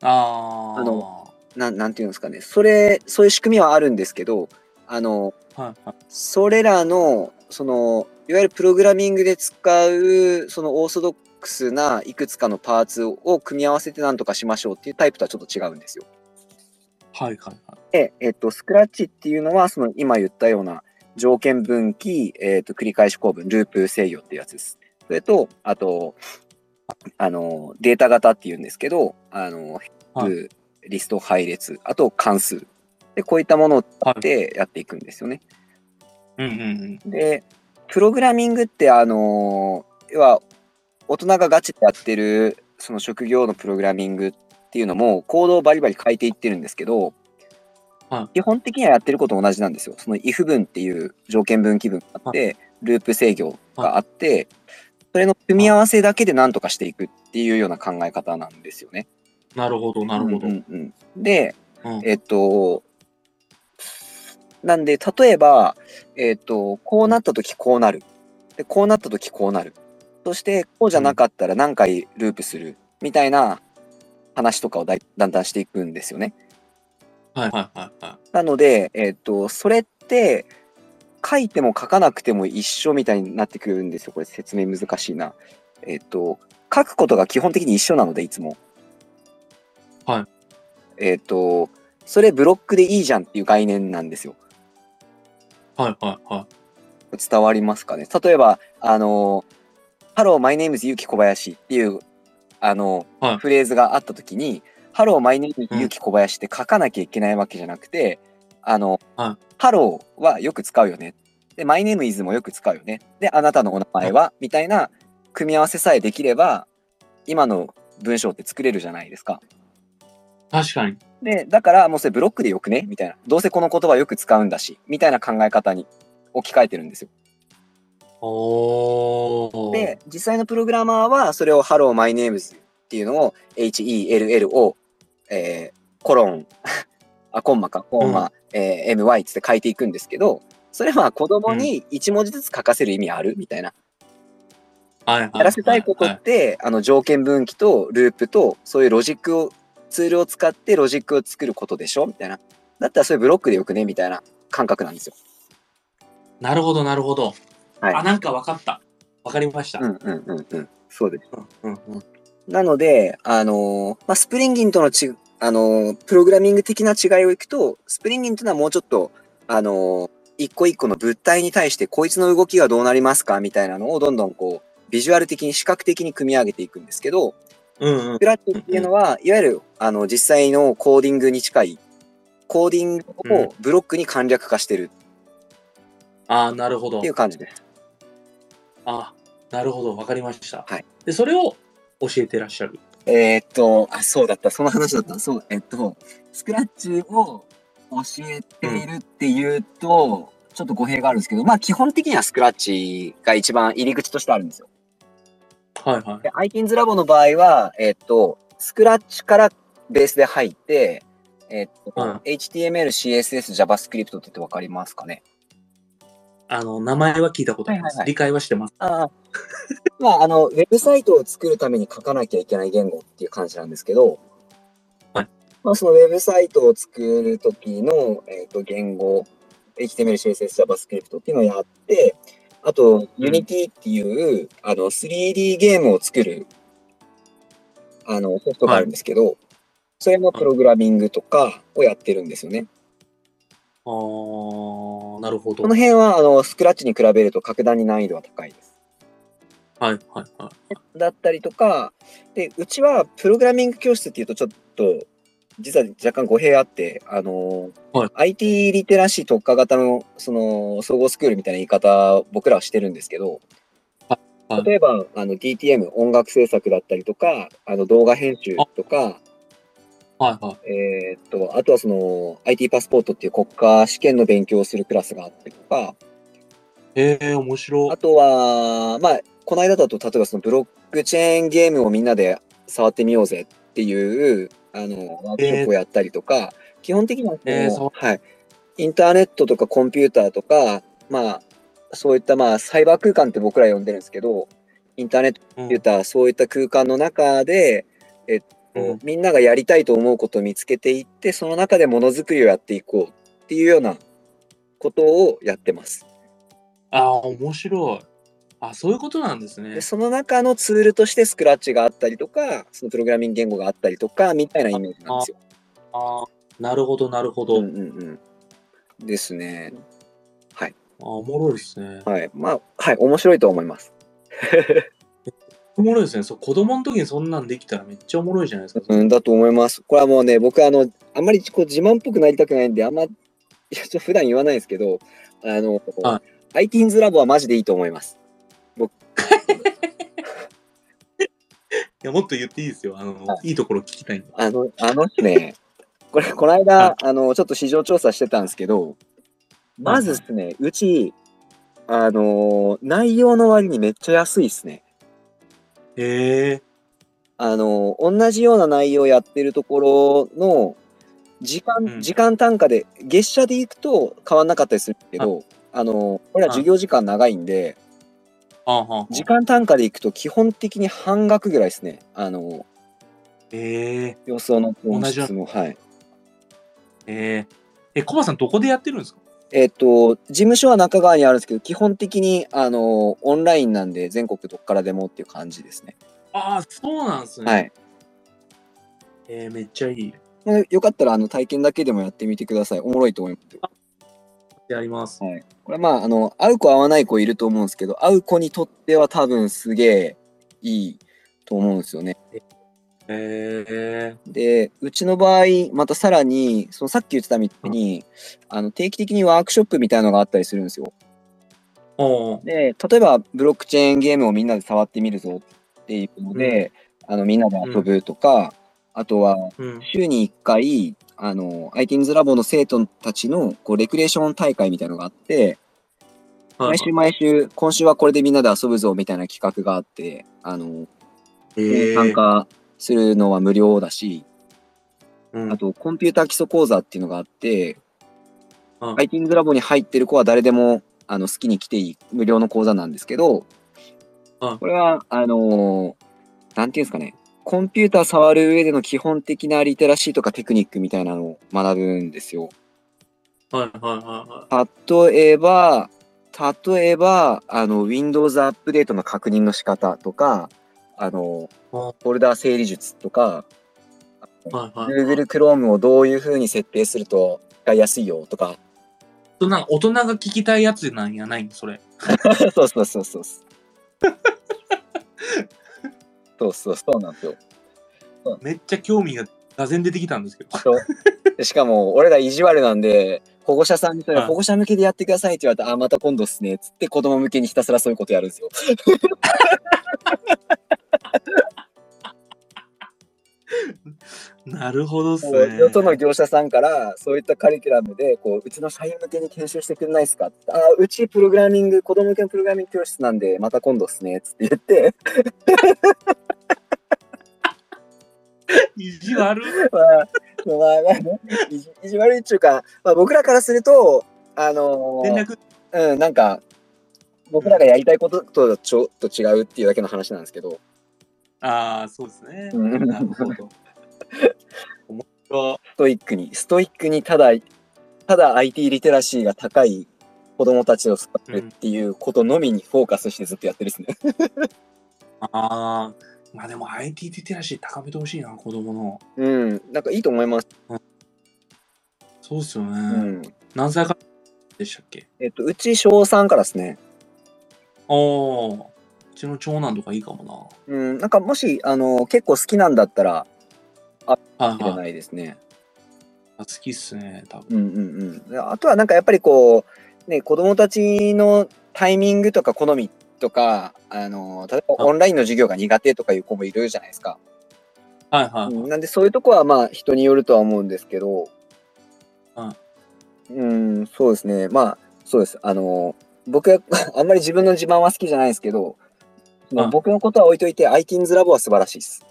Speaker 2: あー
Speaker 1: あの、なん、なんていうんですかね。それ、そういう仕組みはあるんですけど、あの、
Speaker 2: はいはい。
Speaker 1: それらの、その、いわゆるプログラミングで使う、そのオーソドックスないくつかのパーツを組み合わせて何とかしましょうっていうタイプとはちょっと違うんですよ。
Speaker 2: はいはいはい。
Speaker 1: で、えっと、スクラッチっていうのは、その今言ったような条件分岐、えっと、繰り返し構文、ループ制御っていうやつです。それと、あと、あの、データ型っていうんですけど、あの、
Speaker 2: はい
Speaker 1: リスト配列、あと関数。で、こういったもの
Speaker 2: はい
Speaker 1: でやっていくんですよね。
Speaker 2: うんうんうん。
Speaker 1: で、プログラミングって、あのー要は、大人がガチでやってる、その職業のプログラミングっていうのも、コードをバリバリ変えていってるんですけど、
Speaker 2: は
Speaker 1: 基本的にはやってること同じなんですよ。その if 文っていう条件分岐文があって、ループ制御があって、それの組み合わせだけで何とかしていくっていうような考え方なんですよね。
Speaker 2: なるほど、なるほど。
Speaker 1: う
Speaker 2: うん
Speaker 1: うんうんで、
Speaker 2: ん
Speaker 1: えっと、なんで、例えば、えっと、こうなったときこうなる。で、こうなったときこうなる。そして、こうじゃなかったら何回ループする。みたいな話とかをだいだんだんしていくんですよね。
Speaker 2: はいはいはいは
Speaker 1: なので、えっと、それって、書いても書かなくても一緒みたいになってくるんですよ。これ説明難しいな。えっと、書くことが基本的に一緒なので、いつも。
Speaker 2: はい。
Speaker 1: えっと、それブロックでいいじゃんっていう概念なんですよ。
Speaker 2: い。はいはいはい。
Speaker 1: 伝わりますかね例えば、あの、Hello, my name is ゆき小林っていう、あの、
Speaker 2: はい
Speaker 1: フレーズがあったときに、Hello, my name is
Speaker 2: うん
Speaker 1: ゆき小林って書かなきゃいけないわけじゃなくて、あの、
Speaker 2: は
Speaker 1: Hello はよく使うよね。で、my name is もよく使うよね。で、あなたのお名前は、みたいな組み合わせさえできれば、今の文章って作れるじゃないですか。
Speaker 2: 確かに。
Speaker 1: で、だからもうそれブロックでよくねみたいな。どうせこの言葉よく使うんだし、みたいな考え方に置き換えてるんですよ。
Speaker 2: おー。
Speaker 1: で、実際のプログラマーは、それを Hello, my name is っていうのを HELLO、えーコロン、 あ、コンマか、コンマ、えー MY つって書いていくんですけど、それは子供に1文字ずつ書かせる意味あるみたいな。
Speaker 2: はいはいはいはい
Speaker 1: やらせたいことって、あの条件分岐とループと、そういうロジックを、ツールを使ってロジックを作ることでしょみたいな。だったらそれブロックでよくねみたいな感覚なんですよ。
Speaker 2: なるほど、なるほど。
Speaker 1: はい
Speaker 2: あ、なんかわかった。わかりました。
Speaker 1: うんうんうんうん。そうです
Speaker 2: うんうん
Speaker 1: なので、あのーまあ、スプリンギンとのち、あのープログラミング的な違いをいくと、スプリンギンというのはもうちょっと、あのー一個一個の物体に対して、こいつの動きがどうなりますかみたいなのをどんどんこう、ビジュアル的に視覚的に組み上げていくんですけど、
Speaker 2: うんうん
Speaker 1: スクラッチっていうのは、いわゆる、あの、実際のコーディングに近い、コーディングをブロックに簡略化してる
Speaker 2: あーなるほど
Speaker 1: ってい。う感じです。
Speaker 2: あなるほど、わかりました。
Speaker 1: はい
Speaker 2: で、それを教えてらっしゃる。
Speaker 1: えーっと、あ、そうだった、その話だった、そう、えっと、スクラッチを教えているっていうと、ちょっと語弊があるんですけど、まあ基本的にはスクラッチが一番入り口としてあるんですよ。
Speaker 2: はいはい。
Speaker 1: で、iTunes ラボの場合は、えっと、スクラッチからベースで入って、えっと、
Speaker 2: うん
Speaker 1: HTML、CSS、JavaScript って言ってわかりますかね
Speaker 2: あの、名前は聞いたことあります。
Speaker 1: はいはいはい
Speaker 2: 理解はしてます。
Speaker 1: ああ。まあ、あの、ウェブサイトを作るために書かなきゃいけない言語っていう感じなんですけど、
Speaker 2: はい。
Speaker 1: まあ、そのウェブサイトを作るときの、えっ、と、言語、HTML、CSS、JavaScript っていうのをやって、あと、
Speaker 2: うん
Speaker 1: Unity っていう、あの、3D ゲームを作る、あの、ソフトがあるんですけど、それのプログラミングとかをやってるんですよね。
Speaker 2: あー、なるほど。
Speaker 1: こ
Speaker 2: は
Speaker 1: の
Speaker 2: い、
Speaker 1: 辺は、あの、スクラッチに比べると格段に難易度は高いです。
Speaker 2: はい、はい。
Speaker 1: だったりとか、で、うちはプログラミング教室っていうとちょっと、実は若干語弊あって、あのー
Speaker 2: は
Speaker 1: IT リテラシー特化型の、その、総合スクールみたいな言い方を僕らはしてるんですけど
Speaker 2: は、はい
Speaker 1: 例えば、あの、DTM、音楽制作だったりとか、あの、動画編集とか、
Speaker 2: はい、はい。
Speaker 1: えーっと、あとはその、IT パスポートっていう国家試験の勉強をするクラスがあったりとか、
Speaker 2: えー、面白
Speaker 1: あ。とは、まあ、この間だと、例えばそのブロックチェーンゲームをみんなで触ってみようぜっていう、あの、ワークショップをやったりとか、基本的にはその、
Speaker 2: えーそう
Speaker 1: はい。インターネットとかコンピューターとか、まあ、そういった、まあ、サイバー空間って僕ら呼んでるんですけど、インターネット、
Speaker 2: う
Speaker 1: コ
Speaker 2: ん
Speaker 1: ンピューター、そういった空間の中で、えっと、
Speaker 2: うん
Speaker 1: みんながやりたいと思うことを見つけていって、その中でものづくりをやっていこうっていうようなことをやってます。
Speaker 2: あー、面白い。あ、そういうことなんですね
Speaker 1: で。その中のツールとしてスクラッチがあったりとかそのプログラミング言語があったりとかみたいなイメージなんですよ。
Speaker 2: あー、なるほど、なるほ
Speaker 1: う
Speaker 2: ど。
Speaker 1: んうんうん、ですね。
Speaker 2: あー、おもろいですね。
Speaker 1: はい。まあはい面白いと思います。
Speaker 2: おもろいですね。そう、子供の時にそんなんできたらめっちゃおもろいじゃないですか。
Speaker 1: うん、だと思います。これはもうね僕あのあんまりこう自慢っぽくなりたくないんであんまいやちょっと普段言わないですけどあの、
Speaker 2: は
Speaker 1: ITINS ラボはマジでいいと思います。
Speaker 2: いや、もっと言っていいですよ。あの、、
Speaker 1: はい
Speaker 2: いところ聞きたいんで。
Speaker 1: あのあのねこれこの間、
Speaker 2: は
Speaker 1: あのちょっと市場調査してたんですけどまずですね、うちあの内容の割にめっちゃ安いですね。
Speaker 2: へえ。
Speaker 1: あの同じような内容やってるところの時間、
Speaker 2: うん
Speaker 1: 時間単価で月謝でいくと変わんなかったりするけどあのこれは授業時間長いんで
Speaker 2: あーはんはん
Speaker 1: 時間単価でいくと基本的に半額ぐらいですねあの
Speaker 2: へえ。
Speaker 1: 予想の本
Speaker 2: 同じよ
Speaker 1: 質もはい
Speaker 2: えー、え、コバさん、どこでやってるんですか
Speaker 1: えっ、と事務所は中川にあるんですけど基本的にあのオンラインなんで全国どっからでもっていう感じですね
Speaker 2: ああ、そうなんですね。
Speaker 1: はい
Speaker 2: えー、めっちゃいい。
Speaker 1: まあよかったらあの体験だけでもやってみてくださいおもろいと思います
Speaker 2: やります。
Speaker 1: はい、これまああの会う子会わない子いると思うんですけど会う子にとっては多分すげえいいと思うんですよね。
Speaker 2: え
Speaker 1: でうちの場合またさらにそのさっき言ってたみたいに、あの定期的にワークショップみたいのがあったりするんですよ。
Speaker 2: ー、おー
Speaker 1: で例えばブロックチェーンゲームをみんなで触ってみるぞっていうので、あのみんなで遊ぶとか、あとは
Speaker 2: うん。
Speaker 1: 週に1回あの ITINS ラボの生徒たちのこうレクレーション大会みたいのがあって。
Speaker 2: はい
Speaker 1: 毎週毎週、今週はこれでみんなで遊ぶぞみたいな企画があって、あの、
Speaker 2: えー、
Speaker 1: 参加するのは無料だし、
Speaker 2: うん
Speaker 1: あとコンピューター基礎講座っていうのがあって、
Speaker 2: うん
Speaker 1: ハイティングラボに入ってる子は誰でもあの好きに来ていい無料の講座なんですけど、
Speaker 2: うん
Speaker 1: これは、あのーなんていうんですかね、コンピューター触る上での基本的なリテラシーとかテクニックみたいなのを学ぶんですよ。
Speaker 2: はいはいはいは
Speaker 1: 例えば、例えば、あの、Windows アップデートの確認の仕方とか、あの、
Speaker 2: あ
Speaker 1: フォルダ整理術とか、
Speaker 2: い。はいはい。
Speaker 1: Google Chrome をどういう風に設定すると使いやすいよとか、
Speaker 2: そんな大人が聞きたいやつなんやないんそれ。
Speaker 1: そうそうそうそう。そうそうそうなんですよ。
Speaker 2: めっちゃ興味ががぜ出てきたんですけど。
Speaker 1: でしかも、俺ら意地悪なんで、保護者さんにそれ
Speaker 2: はい
Speaker 1: 保護者向けでやってくださいって言われたら、あ、また今度っすね、つって子供向けにひたすらそういうことやるんですよ。
Speaker 2: なるほどっす
Speaker 1: こう
Speaker 2: ね。
Speaker 1: よその業者さんからそういったカリキュラムでこううちの社員向けに研修してくれないですかってあーうちプログラミング子供向けのプログラミング教室なんでまた今度っすねっつって言って、
Speaker 2: 意地 悪い。
Speaker 1: まあ、まあまあね意地意地悪いっちゅうか、まあ、僕らからするとあのー
Speaker 2: 連絡。
Speaker 1: うん、なんか、僕らがやりたいこととちょっと違うっていうだけの話なんですけど、
Speaker 2: ああ、そうですね。
Speaker 1: うん
Speaker 2: なるほ ど。面白
Speaker 1: ストイックに、ストイックにただ、ただ IT リテラシーが高い子供たちを育てるっていうことのみにフォーカスしてずっとやってるですね。
Speaker 2: い。ああ。まあでも IT リテラシー高めてほしいな、子供の。
Speaker 1: うん、なんかいいと思います。
Speaker 2: そうっすよね。
Speaker 1: うん。
Speaker 2: 何歳からでしたっけ
Speaker 1: えっと、うち小3からですね。
Speaker 2: ああ。うちの長男とかいいかも
Speaker 1: うん、なんかもし、あの、結構好きなんだったら、
Speaker 2: な。はい
Speaker 1: いれ
Speaker 2: はい。
Speaker 1: ないですね。
Speaker 2: あ好きっすね、多分。
Speaker 1: うんうんうん。あとはなんかやっぱりこう、ね、子供たちのタイミングとか好みとか、あの、例えばオンラインの授業が苦手とかいう子もいるじゃないですか。
Speaker 2: はいはい。
Speaker 1: うんなんでそういうとこはまあ人によるとは思うんですけど、うん、そうですね。まあ、そうです。あの、僕は あんまり自分の自慢は好きじゃないですけど、まあ
Speaker 2: うん
Speaker 1: 僕のことは置いといて、アイティンズラボは素晴らしい です。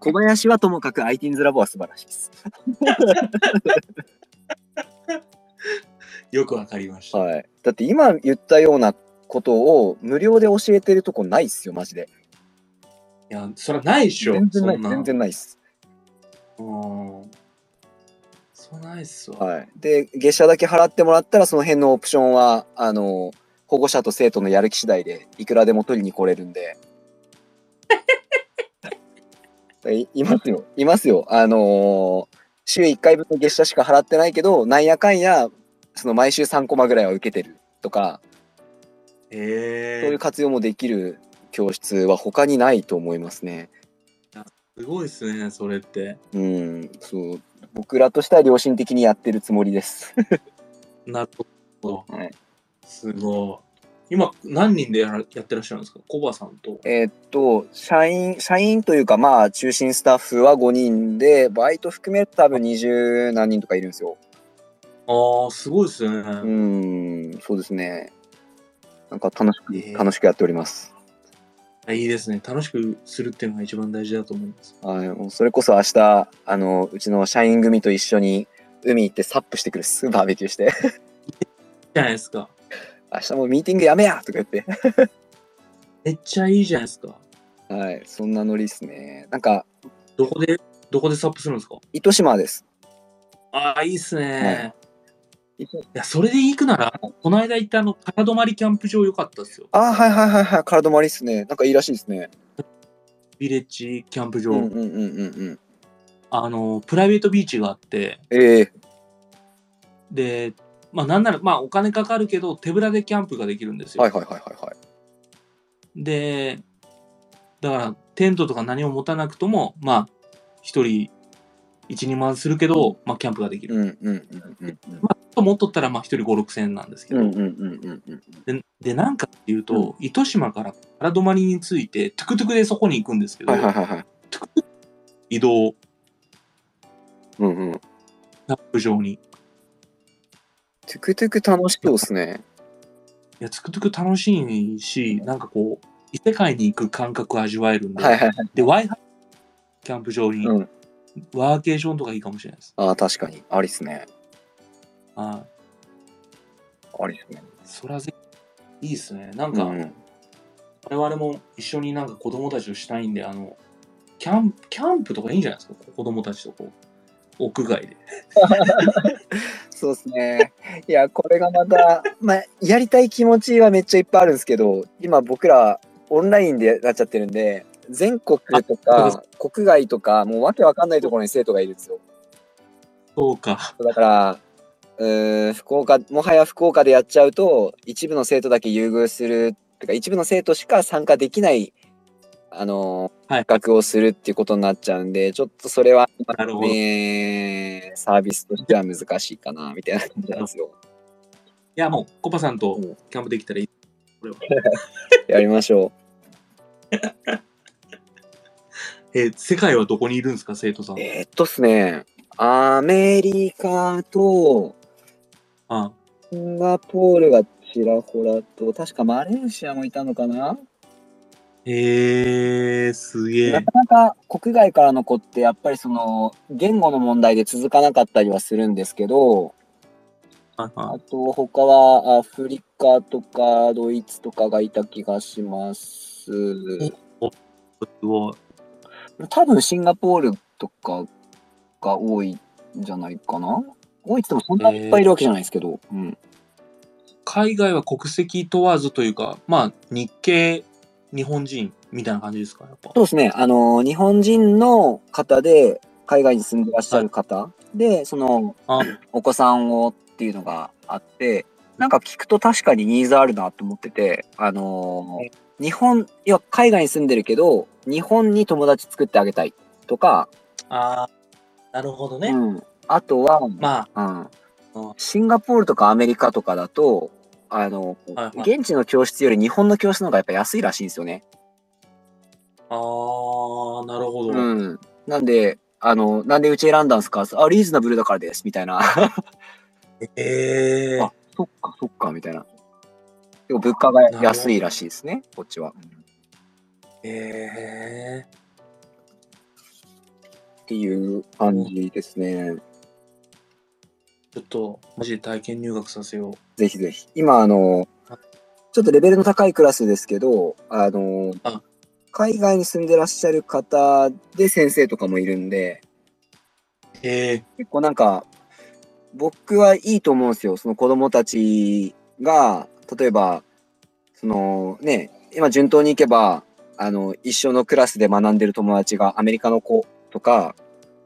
Speaker 1: 小林はともかくアイティンズラボは素晴らしいです。
Speaker 2: よくわかりました。
Speaker 1: はい。だって今言ったようなことを無料で教えてるとこないっすよ、マジで。
Speaker 2: いや、それはないでしょ。
Speaker 1: 全然ない、
Speaker 2: そんな
Speaker 1: 全然ないっす。
Speaker 2: うん。そうないっすわ。
Speaker 1: はい、で月謝だけ払ってもらったらその辺のオプションはあの保護者と生徒のやる気次第でいくらでも取りに来れるん でいいますよいますよあのー週1回分の月謝しか払ってないけどなんやかんやその毎週3コマぐらいは受けてるとかそうい
Speaker 2: へえ
Speaker 1: う。活用もできる教室は他にないと思いますね
Speaker 2: すごいっすね、それって。
Speaker 1: うんそう僕らとしては良心的にやってるつもりです、
Speaker 2: なるほど。
Speaker 1: はい
Speaker 2: すごい。今、何人でやらやってらっしゃるんですかコバさんと。
Speaker 1: えーっと、社員、社員というか、まあ、中心スタッフは5人で、バイト含めると多分20何人とかいるんですよ。
Speaker 2: ああ、すごいっすね。
Speaker 1: うーん、そうですね。なんか楽しく、
Speaker 2: えー
Speaker 1: 楽しくやっております。
Speaker 2: いいですね。楽しくするっていうのが一番大事だと思います。
Speaker 1: はい、もうそれこそ明日、あの、うちの社員組と一緒に海行ってサップしてくるっす。 バーベキューして。
Speaker 2: じゃないですか。
Speaker 1: 明日もうミーティングやめやとか言って。
Speaker 2: めっちゃいいじゃないですか。
Speaker 1: はい、そんなノリっすね。なんか、
Speaker 2: どこで、どこでサップするんですか
Speaker 1: 糸島です。
Speaker 2: ああ、いいっすね。
Speaker 1: い
Speaker 2: いや、それで行くなら、この間行ったあの、空泊まりキャンプ場良かったっすよ。
Speaker 1: あー、はいはいはいはい。体もりっすね。なんかいいらしいですね。
Speaker 2: ビレッジキャンプ場。
Speaker 1: うんうんうんうんうん。
Speaker 2: あの、プライベートビーチがあって、
Speaker 1: ええ
Speaker 2: で、まあなんなら、まあお金かかるけど、手ぶらでキャンプができるんですよ。
Speaker 1: はいはいはいはいはい。
Speaker 2: で、だから、テントとか何も持たなくとも、まあ、一人、一、二万するけど、まあキャンプができる。
Speaker 1: うんうんうんうんうん。
Speaker 2: まあ、持っとったら、まあ一人5、6千円なんですけ
Speaker 1: う
Speaker 2: ど、
Speaker 1: んうんうんうん
Speaker 2: ででなんかっていうと、糸島から原泊についてトゥクトゥクでそこに行くんですけ
Speaker 1: うん。
Speaker 2: ど、
Speaker 1: はいはいはいはい。
Speaker 2: 移動キ
Speaker 1: うんうん。ト
Speaker 2: ャンプ場にい
Speaker 1: ゥクトゥク楽しそうですね。
Speaker 2: やトゥクトゥク楽しいしなんかこう異世界に行く感覚味わえるんで、
Speaker 1: はいはいはい。
Speaker 2: で w i f i キャンプ場に、
Speaker 1: うん
Speaker 2: ワーケーションとかいいかもしれないです
Speaker 1: ああ、確かに。ありっすね。
Speaker 2: はい
Speaker 1: ありっすね。
Speaker 2: それはぜいいですねなん
Speaker 1: う
Speaker 2: か、
Speaker 1: ん。
Speaker 2: 我々も一緒になんか子供たちとしたいんであのキャンプキャンプとかいいんじゃないですか子供たちとこう屋外で
Speaker 1: そうですね。いや、これがまた、まあ、やりたい気持ちはめっちゃいっぱいあるんですけど、今僕らオンラインでなっちゃってるんで、全国と
Speaker 2: あ
Speaker 1: か国外とか、もうわけわかんないところに生徒がいるんですよ。
Speaker 2: そうか
Speaker 1: だから、うーん、福岡、もはや福岡でやっちゃうと、一部の生徒だけ優遇する、てか、一部の生徒しか参加できない、あのー
Speaker 2: はい
Speaker 1: 企画をするっていうことになっちゃうんで、ちょっとそれは、
Speaker 2: なるほど
Speaker 1: ね、サービスとしては難しいかな、みたいな感じなんです よ。
Speaker 2: いや、もう、コパさんと
Speaker 1: うん
Speaker 2: キャンプできたらいい。これは。
Speaker 1: やりましょ
Speaker 2: えー世界はどこにいるんですか、生徒さん
Speaker 1: う。。えー、っとっすね、アメリカと、
Speaker 2: あ
Speaker 1: シンガポールがちらほらと、確かマレーシアもいたのかな
Speaker 2: へえー、すげ
Speaker 1: な
Speaker 2: え。
Speaker 1: かなか国外からの子ってやっぱりその言語の問題で続かなかったりはするんですけど
Speaker 2: はいは
Speaker 1: あと、他はアフリカとかドイツとかがいた気がします。
Speaker 2: い。すごい。
Speaker 1: 多分シンガポールとかが多いんじゃないかな多いって言ってもそんなにいっぱいいるわけじゃないですけど。うん。
Speaker 2: 海外は国籍問わずというか、まあ、日系、日本人みたいな感じですか、やっぱ。
Speaker 1: そうですね。あの、日本人の方で、海外に住んでらっしゃる方で、その、
Speaker 2: あ
Speaker 1: お子さんをっていうのがあって、なんか聞くと確かにニーズあるなって思ってて、あのー日本、いや、海外に住んでるけど、日本に友達作ってあげたいとか、
Speaker 2: あー、なるほどね。
Speaker 1: うん、あとは、
Speaker 2: ま
Speaker 1: うん、シンガポールとかアメリカとかだと、あの、
Speaker 2: はいはい
Speaker 1: 現地の教室より日本の教室の方がやっぱ安いらしいんですよね。
Speaker 2: あ、あー、なる
Speaker 1: う
Speaker 2: ほど。
Speaker 1: ん。なんで、あの、なんでうち選んだんですかあ、リーズナブルだからです、みたいな。
Speaker 2: ええ
Speaker 1: あそっかそっか、みたいな。でも物価が安いらしいですね、こっちは。
Speaker 2: ええ
Speaker 1: っていう感じですね。
Speaker 2: ちょっと、マジで体験入学させよう。
Speaker 1: ぜひぜひ。今、あの、ちょっとレベルの高いクラスですけど、あの
Speaker 2: あ、
Speaker 1: 海外に住んでらっしゃる方で先生とかもいるんで、
Speaker 2: ええ
Speaker 1: 結構なんか、僕はいいと思うんですよ。その子供たちが、例えば、そのね、今順当に行けば、あの、一緒のクラスで学んでる友達がアメリカの子とか、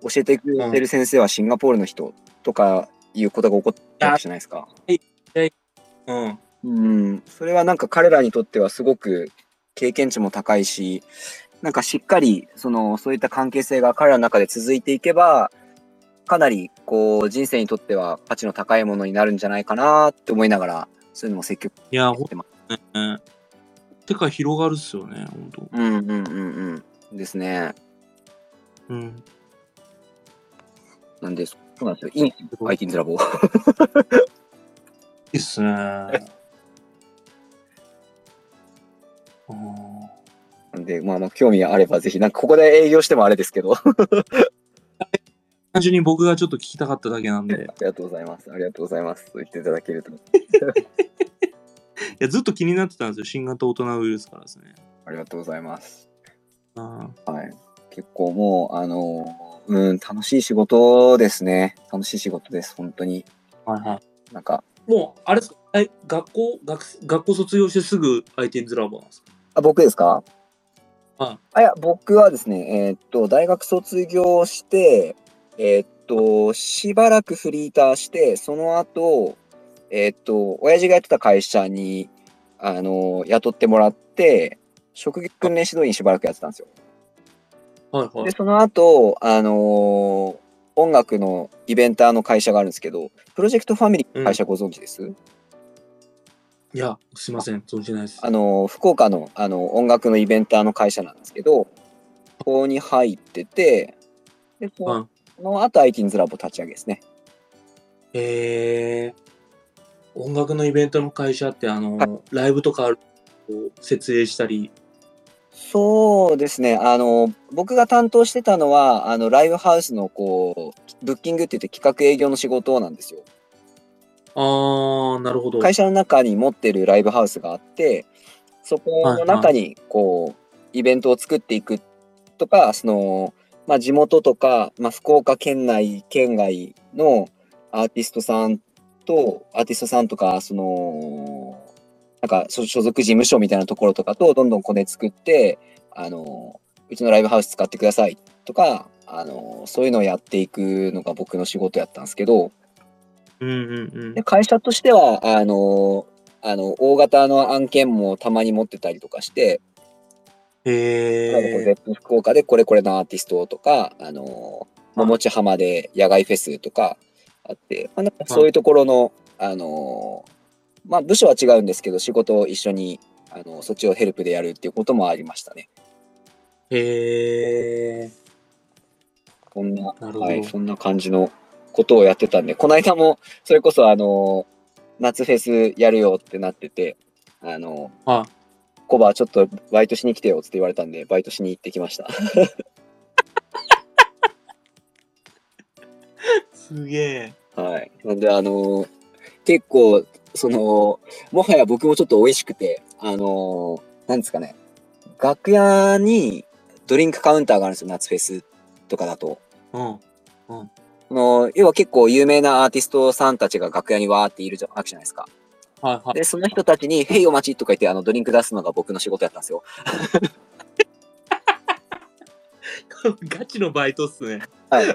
Speaker 1: 教えてくれてる先生はシンガポールの人とかいうことが起こったわけじゃないですか。
Speaker 2: うん。
Speaker 1: うん、それはなんか彼らにとってはすごく経験値も高いし、なんかしっかりそのそういった関係性が彼らの中で続いていけば、かなりこう人生にとっては価値の高いものになるんじゃないかなって思いながら、そういうのも積極的
Speaker 2: いや、
Speaker 1: にや
Speaker 2: ほ
Speaker 1: っ
Speaker 2: ん
Speaker 1: てます。
Speaker 2: とね。てか、広がるっすよね、ほんと。
Speaker 1: うんうんうんうん。ですね。
Speaker 2: うん。
Speaker 1: なんで、そうなんですよ。いいんですよ。
Speaker 2: すごい
Speaker 1: IT ズラボ。
Speaker 2: いいっすね。う
Speaker 1: な
Speaker 2: ん
Speaker 1: んで、まあまあ興味あればぜひ、なんかここで営業してもあれですけど。あ
Speaker 2: 単純に僕がちょっと聞きたかっただけな んで。
Speaker 1: りがとうございます。ありがとうございます。と言っていただけると。
Speaker 2: いや、ずっと気になってたんですよ。新型大人ウイルスからですね。
Speaker 1: ありがとうございます。
Speaker 2: あ
Speaker 1: はい。結構もう、あの、うん、楽しい仕事ですね。楽しい仕事です、本当に。
Speaker 2: あ、はいは
Speaker 1: なんか、
Speaker 2: い。もう、あれですかえ学校学生、学校卒業してすぐ IT ズラボなんですか
Speaker 1: あ、僕ですか
Speaker 2: はい
Speaker 1: あ、いや、僕はですね、えーっと、大学卒業して、えーっと、しばらくフリーターして、その後、えーっと、親父がやってた会社に、あの、雇ってもらって、職業訓練指導員しばらくやってたんですよ。
Speaker 2: はいは
Speaker 1: で、
Speaker 2: い。
Speaker 1: その後、あのー音楽のイベンターの会社があるんですけど、プロジェクトファミリーの会社ご存知です、
Speaker 2: いや、すいません。存じないです。
Speaker 1: あのー福岡の、あの音楽のイベンターの会社なんですけど、ここに入ってて、で、
Speaker 2: う
Speaker 1: こ
Speaker 2: ん
Speaker 1: の後、IT ズラボ立ち上げですね。
Speaker 2: えー、音楽のイベントの会社って、あの、ライブとかあるこう設営したり。
Speaker 1: そうですね。あの、僕が担当してたのは、あの、ライブハウスの、こう、ブッキングって言って企画営業の仕事なんですよ。
Speaker 2: あー、なるほど。
Speaker 1: 会社の中に持ってるライブハウスがあってそこの中にこうイベントを作っていくとかその、まあ、地元とか、まあ、福岡県内県外のアーティストさんとアーティストさんとかそのなんか所所属事務所みたいなところとかとどんどんコネ作ってあのうちのライブハウス使ってくださいとかあのそういうのをやっていくのが僕の仕事やったんですけど、
Speaker 2: うんうんうん
Speaker 1: で。会社としてはあのあの大型の案件もたまに持ってたりとかして、なんかこう
Speaker 2: えー、
Speaker 1: 別府福岡でこれこれのアーティストとか、あの桃地浜で野外フェスとかあって、まあ、なんかそういうところの、あのまあ、部署は違うんですけど仕事を一緒にあのそっちをヘルプでやるっていうこともありましたね。
Speaker 2: え
Speaker 1: こんな
Speaker 2: ー、なるほど。
Speaker 1: はい、そんな感じのことをやってたんで、この間も、それこそ、あの、夏フェスやるよってなってて、あの、
Speaker 2: は
Speaker 1: コバ、ちょっとバイトしに来てよって言われたんで、バイトしに行ってきました。
Speaker 2: すげえ。
Speaker 1: はい。なんで、あの、結構、その、もはや僕もちょっと美味しくて、あのーなんですかね、楽屋にドリンクカウンターがあるんですよ、夏フェスとかだと。
Speaker 2: うん。
Speaker 1: あのー要は結構有名なアーティストさんたちが楽屋にわーっているじゃわけじゃないですか。
Speaker 2: はいはい。
Speaker 1: で、その人たちに、へいお待ちとか言って、あの、ドリンク出すのが僕の仕事やったんですよ。
Speaker 2: ガチのバイトっすね。
Speaker 1: はい。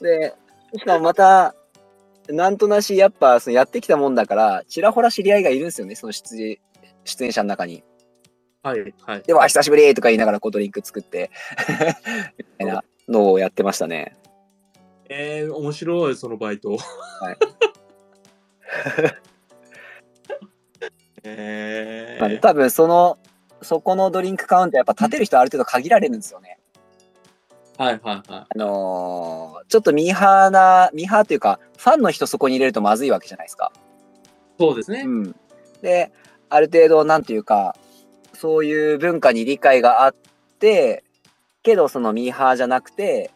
Speaker 1: で、しかもまた、なんとなし、やっぱ、そのやってきたもんだから、ちらほら知り合いがいるんですよね、その出演出演者の中に。
Speaker 2: はいはい。
Speaker 1: では、久しぶりとか言いながら、こう、ドリンク作って、みたいなのをやってましたね。。
Speaker 2: えー、面白い、そのバイト。はい え
Speaker 1: まあ
Speaker 2: ー、
Speaker 1: 多分、その、そこのドリンクカウンター、やっぱ立てる人ある程度限られるんですよね。
Speaker 2: はいはいは
Speaker 1: あのーちょっとミーハーな、ミーハーというか、ファンの人そこに入れるとまずいわけじゃないですか。
Speaker 2: い。そうですね。
Speaker 1: うん、である程度なんていうかそういう文化に理解があってけどそのミーハーじゃなくて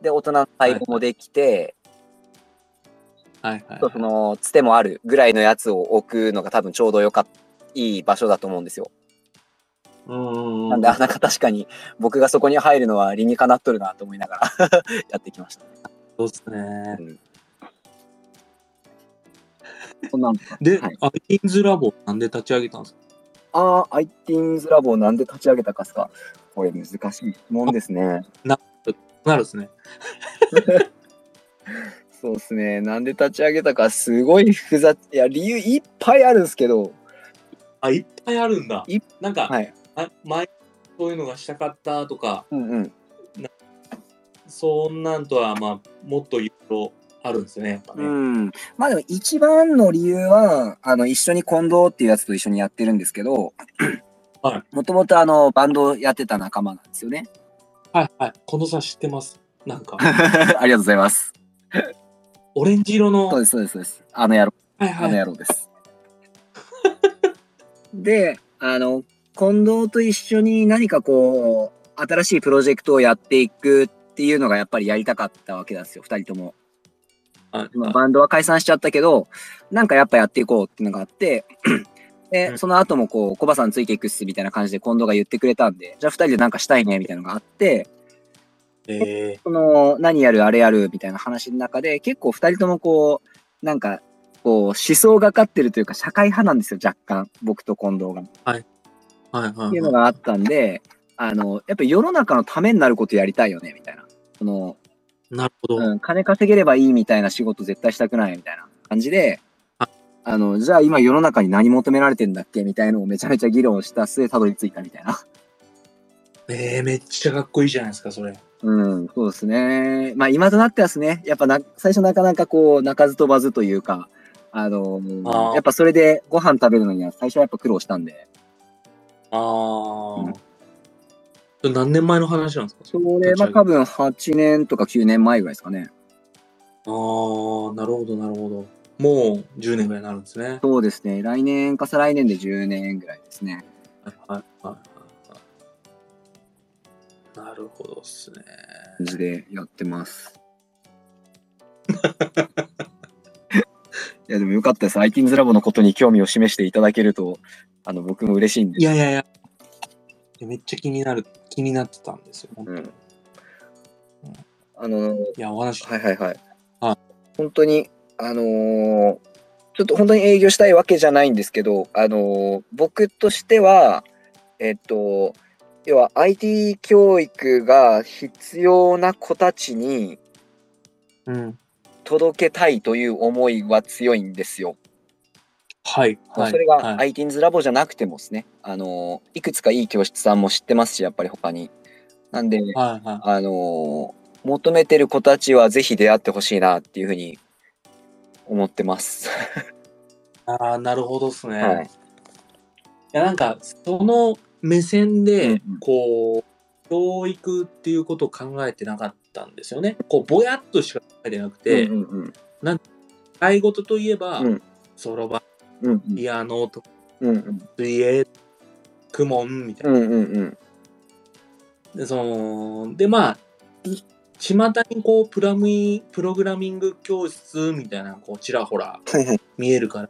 Speaker 1: で大人の配合もできて、
Speaker 2: はい
Speaker 1: ち
Speaker 2: はい
Speaker 1: ょっと。そのつてもあるぐらいのやつを置くのが多分ちょうどよかった。いい場所だと思うんですよ。
Speaker 2: うんうんう
Speaker 1: なん
Speaker 2: ん
Speaker 1: で、あなんか確かに僕がそこに入るのは理にかなっとるなと思いながらやってきました。
Speaker 2: そうっすね。
Speaker 1: そんなん
Speaker 2: で、
Speaker 1: はい
Speaker 2: アイティンズラボなんで立ち上げたんですか
Speaker 1: ああ、アイティンズラボをなんで立ち上げたかっすか。これ難しい質問ですね。
Speaker 2: なるですね。
Speaker 1: そうですね。なんで立ち上げたかすごい複雑。いや、理由いっぱいあるんですけど。
Speaker 2: あ、いっぱいあるんだ
Speaker 1: い。
Speaker 2: なんか、
Speaker 1: はい。
Speaker 2: あ前、そういうのがしたかったとか、
Speaker 1: うんうん。
Speaker 2: そんなんとは、まあ、もっといろいろあるんですね、やっぱね。
Speaker 1: うん。まあでも一番の理由は、あの、一緒に近藤っていうやつと一緒にやってるんですけど、
Speaker 2: は
Speaker 1: もともとあの、バンドをやってた仲間なんですよ ね。
Speaker 2: はいはい。このさん知ってます。なんか、
Speaker 1: ありがとうございます。
Speaker 2: オレンジ色の。
Speaker 1: そう
Speaker 2: はい
Speaker 1: です、そうです、そうです。あの野郎、あの
Speaker 2: はい。
Speaker 1: 野郎です。で、あの、近藤と一緒に何かこう、新しいプロジェクトをやっていくっていうのがやっぱりやりたかったわけなんですよ、二人とも。
Speaker 2: はい
Speaker 1: まあ、バンドは解散しちゃったけど、なんかやっぱやっていこうっていうのがあって、
Speaker 2: う
Speaker 1: で、
Speaker 2: ん
Speaker 1: その後もこう、コバさんついていくっすみたいな感じで近藤が言ってくれたんで、じゃあ二人でなんかしたいねみたいなのがあって、
Speaker 2: え
Speaker 1: その、何やるあれやるみたいな話の中で、結構二人ともこう、なんか、こう、思想がかってるというか、社会派なんですよ、若干。僕と近藤が。っ
Speaker 2: ー、はいは
Speaker 1: て
Speaker 2: い
Speaker 1: いうの
Speaker 2: はい。
Speaker 1: があったんで、あの、やっぱ世の中のためになることやりたいよね、みたいな。その、
Speaker 2: なるほど。
Speaker 1: うん、金稼げればいいみたいな仕事絶対したくないみたいな感じで
Speaker 2: は、
Speaker 1: あの、じゃあ今世の中に何求められてんだっけみたいのをめちゃめちゃ議論した末たどり着いたみたいな。
Speaker 2: えー、めっちゃかっこいいじゃないですか、それ。
Speaker 1: うん、そうですね。まあ今となってはですね、やっぱな、最初なかなかこう、鳴かず飛ばずというか、あの
Speaker 2: あー
Speaker 1: やっぱそれでご飯食べるのには最初はやっぱ苦労したんで、
Speaker 2: あー。
Speaker 1: うん
Speaker 2: それ何年前の話なんですか
Speaker 1: それは多分8年とか9年前ぐらいですかね。
Speaker 2: あー、なるほど、なるほど。もう10年ぐらいになるんですね。
Speaker 1: そうですね。来年か再来年で10年ぐらいですね。
Speaker 2: はいはいはいはい。なるほどっすね。
Speaker 1: 感じでやってます。 いやでもよかったです。ITINS ラボのことに興味を示していただけると、あの僕も嬉しいんで。
Speaker 2: いやいやいや。めっちゃ気になる、気になってたんですよ。本当
Speaker 1: う
Speaker 2: に
Speaker 1: ん、あの、
Speaker 2: いや、お話、
Speaker 1: はいはいはい。
Speaker 2: はい
Speaker 1: 本当に、あのーちょっと本当に営業したいわけじゃないんですけど、あのー僕としては、えっと、要は IT 教育が必要な子たちに
Speaker 2: うん。
Speaker 1: 届けたいという思いは強いんですよ。
Speaker 2: はい、
Speaker 1: まあ
Speaker 2: はい。
Speaker 1: それが
Speaker 2: はい、
Speaker 1: ITINS ラボじゃなくてもですね、い、あのーいくつかいい教室さんも知ってますしやっぱり他になんで、
Speaker 2: はい、はい。
Speaker 1: あのー求めてる子たちはぜひ出会ってほしいなっていうふうに思ってます。
Speaker 2: ああ、なるほどっすね。
Speaker 1: はい
Speaker 2: い、や、なんか、その目線で、
Speaker 1: うんうん
Speaker 2: こう、教育っていうことを考えてなかったんですよね。こう、ぼやっとしか考えてなくて、
Speaker 1: うんうん
Speaker 2: 習い事といえば
Speaker 1: うん、
Speaker 2: そろば、
Speaker 1: うんうん
Speaker 2: ピアノとか、
Speaker 1: うんうん
Speaker 2: 水泳、公文みたいな
Speaker 1: うんうんうん
Speaker 2: で、その、で、まあ、い巷にこうプラミプログラミング教室みたいなのこうちらほら
Speaker 1: はいはい。
Speaker 2: 見えるから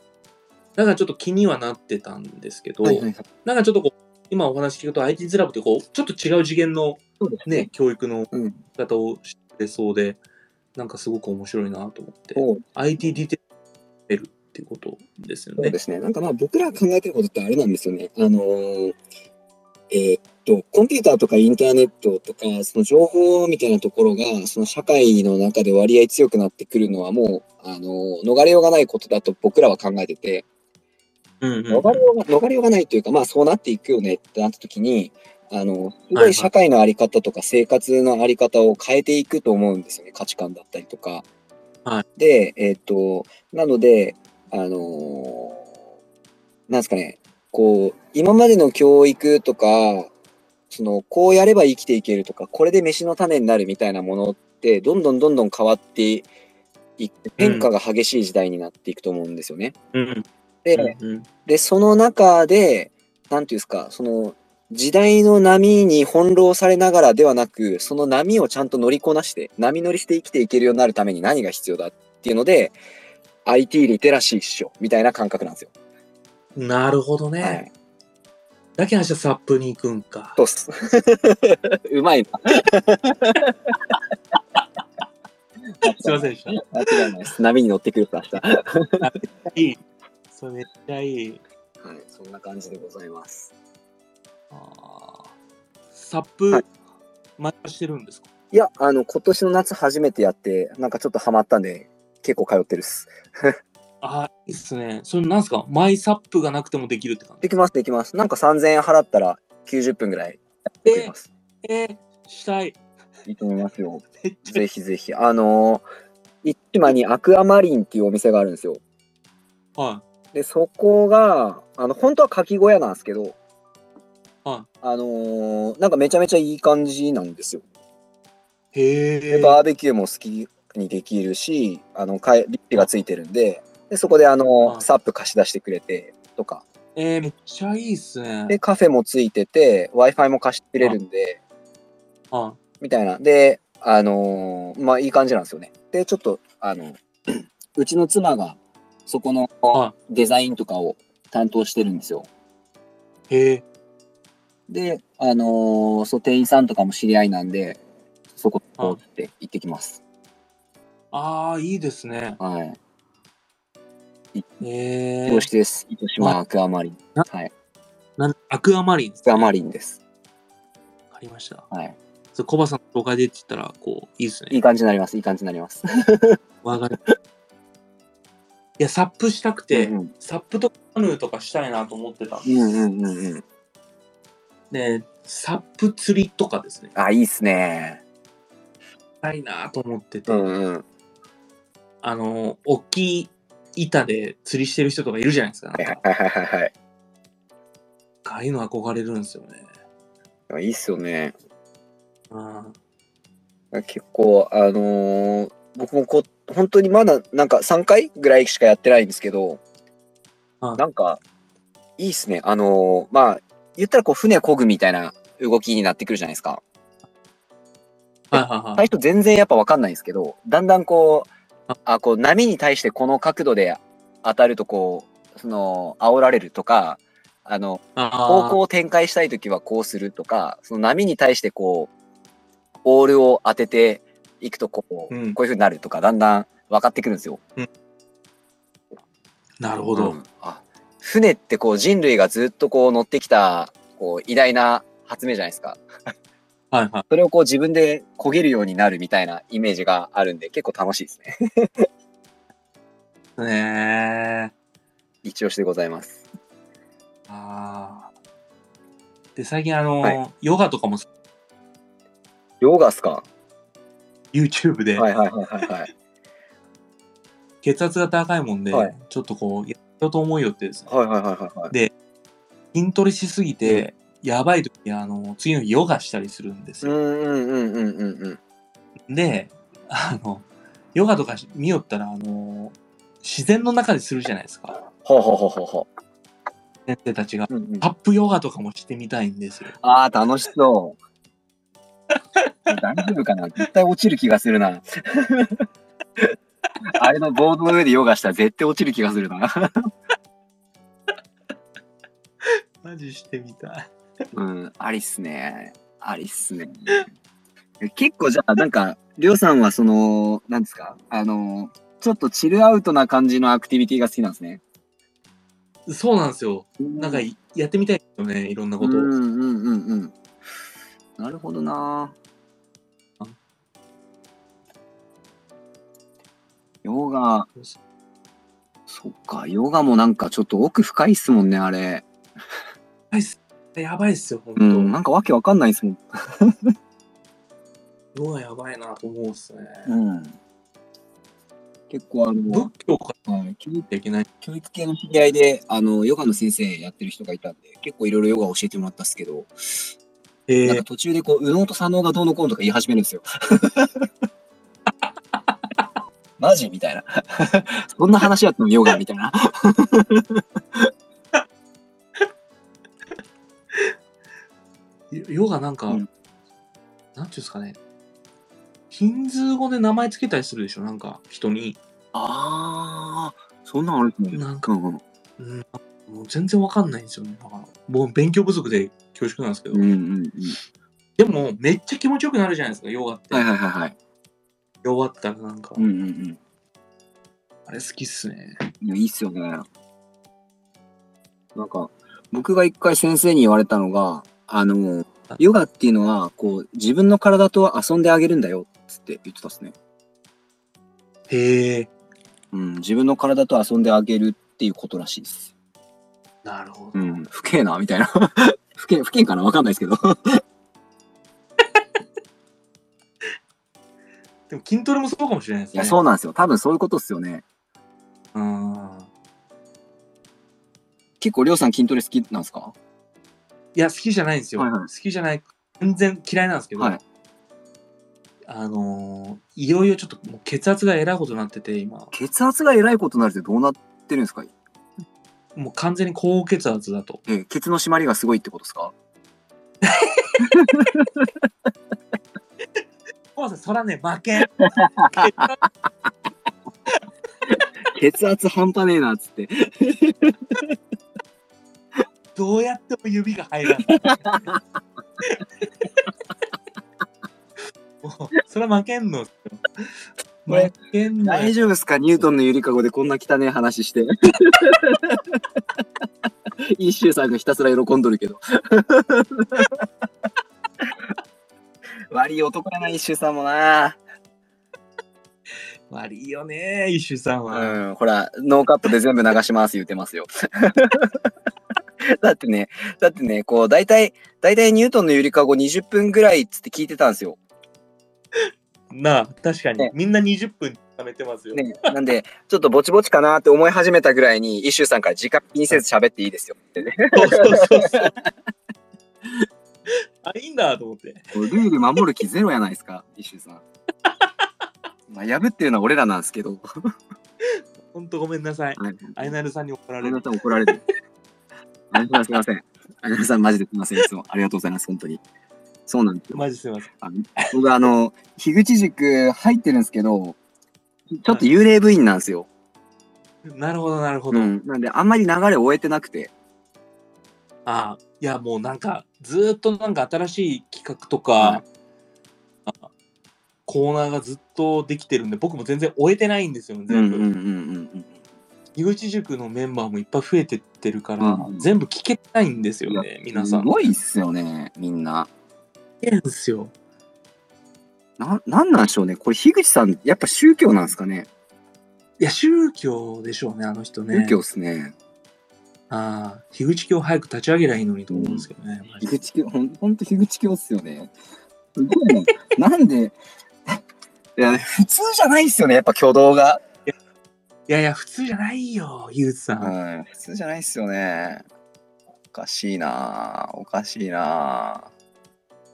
Speaker 2: なんかちょっと気にはなってたんですけど、
Speaker 1: はいはいはい
Speaker 2: なんかちょっとこう今お話聞くと IT ズラブってこうちょっと違う次元の
Speaker 1: そうです
Speaker 2: ね。教育の
Speaker 1: うん。
Speaker 2: 仕方をしてそうでなんかすごく面白いなと思って
Speaker 1: そう
Speaker 2: IT ディテールっていうことですよ
Speaker 1: そう
Speaker 2: ね
Speaker 1: ですね。なんかまあ僕らが考えてることってあれなんですよね。あのーえーっと、コンピューターとかインターネットとか、その情報みたいなところが、その社会の中で割合強くなってくるのはもう、あのー逃れようがないことだと僕らは考えてて、
Speaker 2: うんうん
Speaker 1: 逃れようが逃れようがないというか、まあそうなっていくよねってなった時に、あの、す
Speaker 2: はい
Speaker 1: ご
Speaker 2: はい
Speaker 1: い社会のあり方とか生活のあり方を変えていくと思うんですよね、価値観だったりとか。
Speaker 2: はい
Speaker 1: で、えっ、と、なので、あのーなんですかね、こう、今までの教育とか、その、こうやれば生きていけるとか、これで飯の種になるみたいなものって、どんどんどんどん変わっていく、変化が激しい時代になっていくと思うんですよね。
Speaker 2: うん
Speaker 1: で、
Speaker 2: うん
Speaker 1: で、その中で、なんていうんですか、その、時代の波に翻弄されながらではなく、その波をちゃんと乗りこなして、波乗りして生きていけるようになるために何が必要だっていうので、IT リテラシーっしょ、みたいな感覚なんですよ。
Speaker 2: なるほどね、
Speaker 1: はい。
Speaker 2: だけど明日サップに行くんか
Speaker 1: そうっす。 うまいな。
Speaker 2: すいませんでした
Speaker 1: 間違いないです。波に乗ってくると明日。はい
Speaker 2: い。それめっちゃいい。
Speaker 1: い、そんな感じでございます。
Speaker 2: あーサップ、
Speaker 1: はい
Speaker 2: またしてるんですか
Speaker 1: いや、あの、今年の夏初めてやって、なんかちょっとハマったんで、結構通ってるっす。
Speaker 2: あーいいっすね。それなんですかマイサップがなくてもできるって感
Speaker 1: で
Speaker 2: じ
Speaker 1: きます、できます。なんか3000円払ったら90分ぐらいできます。
Speaker 2: えー、したい。
Speaker 1: いいと思いますよ。
Speaker 2: めっち ゃ
Speaker 1: ぜひぜひ。あのー、一島にアクアマリンっていうお店があるんですよ。
Speaker 2: は
Speaker 1: で、そこが、あの、本当は牡蠣小屋なんですけど、
Speaker 2: は
Speaker 1: あのーなんかめちゃめちゃいい感じなんですよ。
Speaker 2: い。へ
Speaker 1: で、
Speaker 2: え。
Speaker 1: バーベキューも好きにできるし、あの、かえリッチがついてるんで、でそこであのー
Speaker 2: あ
Speaker 1: サップ貸し出してくれて、とか。
Speaker 2: えー、めっちゃいいっすね。
Speaker 1: で、カフェもついてて、Wi-Fi も貸してくれるんで、
Speaker 2: は
Speaker 1: みたいな。で、あのーまあいい感じなんですよね。で、ちょっと、あの、 うちの妻がそこの
Speaker 2: は
Speaker 1: デザインとかを担当してるんですよ。
Speaker 2: い。へえ。
Speaker 1: で、あのーそう、店員さんとかも知り合いなんで、そこ
Speaker 2: はい
Speaker 1: 通って行ってきます。
Speaker 2: ああ、いいですね。
Speaker 1: はい。
Speaker 2: え
Speaker 1: よ
Speaker 2: ー
Speaker 1: ろし、です。糸島アクアマリン。
Speaker 2: な
Speaker 1: はい。ア
Speaker 2: なんアクアマリンです
Speaker 1: クアマリンです。
Speaker 2: わかりました。
Speaker 1: はい。
Speaker 2: そうコバさんの紹介でって言ったら、こう、いいっす
Speaker 1: い
Speaker 2: ね
Speaker 1: い。感じになります。いい感じになります。
Speaker 2: わかる。いや、サップしたくて、
Speaker 1: うん
Speaker 2: サップとかカヌーとかしたいなと思ってたんです
Speaker 1: うんうんうんうん。
Speaker 2: ね、サップ釣りとかですね。
Speaker 1: あ、いいっすね。
Speaker 2: したいなと思ってて、
Speaker 1: うんうん。
Speaker 2: あの、大きい板で釣りしてる人とかいるじゃないですか。なん
Speaker 1: はい
Speaker 2: か
Speaker 1: はいはいはいはい
Speaker 2: ああいうの憧れるんですよね。
Speaker 1: あ。いいっすよね。
Speaker 2: うん、
Speaker 1: 結構あのー僕もこ本当にまだなんか3回ぐらいしかやってないんですけど、
Speaker 2: はい
Speaker 1: なんかいいっすねあのーまあ言ったらこう船漕ぐみたいな動きになってくるじゃないですか
Speaker 2: はいはいは
Speaker 1: 最
Speaker 2: い。
Speaker 1: 初全然やっぱ分かんないんですけどだんだんこう
Speaker 2: あ
Speaker 1: あこう波に対してこの角度で当たるとこうその煽られるとかあの方
Speaker 2: あ
Speaker 1: 向を展開したいときはこうするとか、その波に対してこう、ボールを当てていくとこう、
Speaker 2: うん
Speaker 1: こういう風になるとか、だんだん分かってくるんですよ。
Speaker 2: あ、なるほど。
Speaker 1: うんあ船ってこう人類がずっとこう乗ってきた、こう偉大な発明じゃないですか。
Speaker 2: はいはい。
Speaker 1: それをこう自分で漕げるようになるみたいなイメージがあるんで、結構楽しいですね。
Speaker 2: ね
Speaker 1: 一押しでございます。
Speaker 2: ーあーで、最近あの、
Speaker 1: は
Speaker 2: ヨガとかも
Speaker 1: ヨガっすか
Speaker 2: YouTube で、
Speaker 1: はいはいはいはいはい。
Speaker 2: 血圧が高いもんで、
Speaker 1: はい
Speaker 2: ちょっとこう、やろうと思うよってですね、
Speaker 1: はいはいはいはいはい。
Speaker 2: 筋トレしすぎて、やばい時あの、次の日ヨガしたりするんです
Speaker 1: う
Speaker 2: よ。
Speaker 1: んうんうんうんうんうん。
Speaker 2: で、あの、ヨガとかし見よったら、あの、自然の中でするじゃないですか。
Speaker 1: ほうほうほうほうほ
Speaker 2: 先生たちが。
Speaker 1: う。うんうん
Speaker 2: タップヨガとかもしてみたいんですよ。
Speaker 1: ああ、楽しそう。大丈夫かな絶対落ちる気がするな。あれのボードの上でヨガしたら絶対落ちる気がするな。
Speaker 2: マジしてみたい。
Speaker 1: うん、ありっすね。ありっすね。結構じゃあ、なんか、りょうさんはその、なんですか、あの、ちょっとチルアウトな感じのアクティビティが好きなんですね。
Speaker 2: そうなんですよ。
Speaker 1: な
Speaker 2: なんかいやってみたいですよね、いろんなこ
Speaker 1: うん
Speaker 2: とを。
Speaker 1: うんうんうん。なるほどな
Speaker 2: あ。
Speaker 1: ヨガ、そっか、ヨガもなんかちょっと奥深いっすもんね、あれ。
Speaker 2: やばいっすやばいっすよ、ほんと。
Speaker 1: うん、なんかわけわかんないっすもん。
Speaker 2: 世がやばいなと思うっすね。
Speaker 1: うん。結構あの、
Speaker 2: 仏教から
Speaker 1: はい教育
Speaker 2: いけない。
Speaker 1: 教育系の知り合いで、あの、ヨガの先生やってる人がいたんで、結構いろいろヨガ教えてもらったっすけど、
Speaker 2: え
Speaker 1: なんか途中でこう、右脳と左脳がどうのこうのとか言い始めるん ですよ。マジみたいな。そんな話やってもヨガみたいな。
Speaker 2: よヨガなんか、
Speaker 1: う
Speaker 2: なんんていうんですかね。ヒンズー語で名前つけたりするでしょなんか、人に。
Speaker 1: ああ、そんなんあるっすね
Speaker 2: なん
Speaker 1: か、うん
Speaker 2: うん、もう全然わかんないんですよね。だから、もう勉強不足で恐縮なんですけど。
Speaker 1: うんうん。
Speaker 2: でも、めっちゃ気持ちよくなるじゃないですか、ヨガって。
Speaker 1: はいはいはいはい。
Speaker 2: ヨガったらなんか、
Speaker 1: うんうん
Speaker 2: あれ好きっすね。
Speaker 1: うん。いや、いいっすよね。なんか、僕が一回先生に言われたのが、あの、ヨガっていうのは、こう、自分の体と遊んであげるんだよ、つって言ってたっすね。
Speaker 2: へえ。
Speaker 1: うん、自分の体と遊んであげるっていうことらしいです。
Speaker 2: なるほど。
Speaker 1: うん、不敬なみたいな。 不敬、不敬かなわかんないですけど。
Speaker 2: でも筋トレもそうかもしれないです
Speaker 1: い
Speaker 2: ね。。
Speaker 1: や、そううなんですよ。多分そういうことっすよね。
Speaker 2: うん。
Speaker 1: 結構、りょうさん筋トレ好きなんですか
Speaker 2: いや、好きじゃないんですよ。
Speaker 1: はいはい
Speaker 2: 好きじゃない。全然嫌いなんですけど、
Speaker 1: はい
Speaker 2: あのーいよいよちょっともう血圧がえらいことになってて、今、
Speaker 1: 血圧がえらいことになるってどうなってるんですか
Speaker 2: もう完全に高血圧だと。
Speaker 1: ええ、血の締まりがすごいってことですか
Speaker 2: コバさん、そらね、負けん。
Speaker 1: 血圧半端ねえな、っつって。
Speaker 2: どうやっても指が入らない。 もう、そら負けんの。
Speaker 1: これ
Speaker 2: 負けんの
Speaker 1: 大
Speaker 2: よ。
Speaker 1: 丈夫ですかニュートンのゆりかごでこんな汚い話 して。イッシューさんがひたすら喜んどるけど。 悪い男やな、イッシューさんもな。
Speaker 2: 悪いよね、イッシュさんは。
Speaker 1: うん、ほら、ノーカットで全部流します言ってますよ。 だってね、だってね、こう、大体、大体ニュートンのゆりかご20分ぐらいっつって聞いてたんですよ。
Speaker 2: なあ、確かに。
Speaker 1: ね
Speaker 2: みんな20分貯めてますよ。
Speaker 1: ね、なんで、 ちょっとぼちぼちかなって思い始めたぐらいに、イッシューさんから時間気にせず喋っていいですよってね。
Speaker 2: そうそうそうそう。 あ、いいんだと思って。
Speaker 1: ルール守る気ゼロやないですか、イッシューさん。 まあ、破ってるのは俺らなんですけど。
Speaker 2: ほんとごめんなさい。
Speaker 1: はい
Speaker 2: アイナルさんに怒ら
Speaker 1: あ
Speaker 2: れ
Speaker 1: れ
Speaker 2: る
Speaker 1: だ。と怒られる。あれだすいません。あれださんマジですいません。いつもありがとうございます、本当に。そうなんですよ。
Speaker 2: マジすいません。
Speaker 1: あの僕あの、樋口塾入ってるんですけど、ちょっと幽霊部員なんですよ。
Speaker 2: なるほど、なるほ
Speaker 1: う
Speaker 2: ど。
Speaker 1: ん。なんで、あんまり流れ終えてなくて。
Speaker 2: あいや、もうなんか、ずーっとなんか新しい企画とか、あコーナーがずっとできてるんで、僕も全然終えてないんですよ、
Speaker 1: うん
Speaker 2: 全
Speaker 1: うん
Speaker 2: 部。
Speaker 1: うんうん
Speaker 2: 井口塾のメンバーもいっぱい増えてってるから、
Speaker 1: うん
Speaker 2: 全部聞けてないんですよ
Speaker 1: い
Speaker 2: ね、
Speaker 1: うん。
Speaker 2: 皆
Speaker 1: す
Speaker 2: さん。聞
Speaker 1: ごいっすよね、みんな。
Speaker 2: けるんですよ。
Speaker 1: な、なんなんでしょうね。これ、樋口さん、やっぱ宗教なんですかね。
Speaker 2: いや、宗教でしょうね、あの人ね。
Speaker 1: 宗教っすね。
Speaker 2: ああ、樋口教早く立ち上げりゃいいのにと思うんですけどね。マジ
Speaker 1: 樋
Speaker 2: で
Speaker 1: 口教、ほんほんと樋口教っすよね。すごいね。 なんで、いや、普通じゃないっすよね、やっぱ挙動が。
Speaker 2: いやいや、普通じゃないよ、樋口さん。
Speaker 1: はい、普通じゃないっすよね。おかしいなぁおかしいな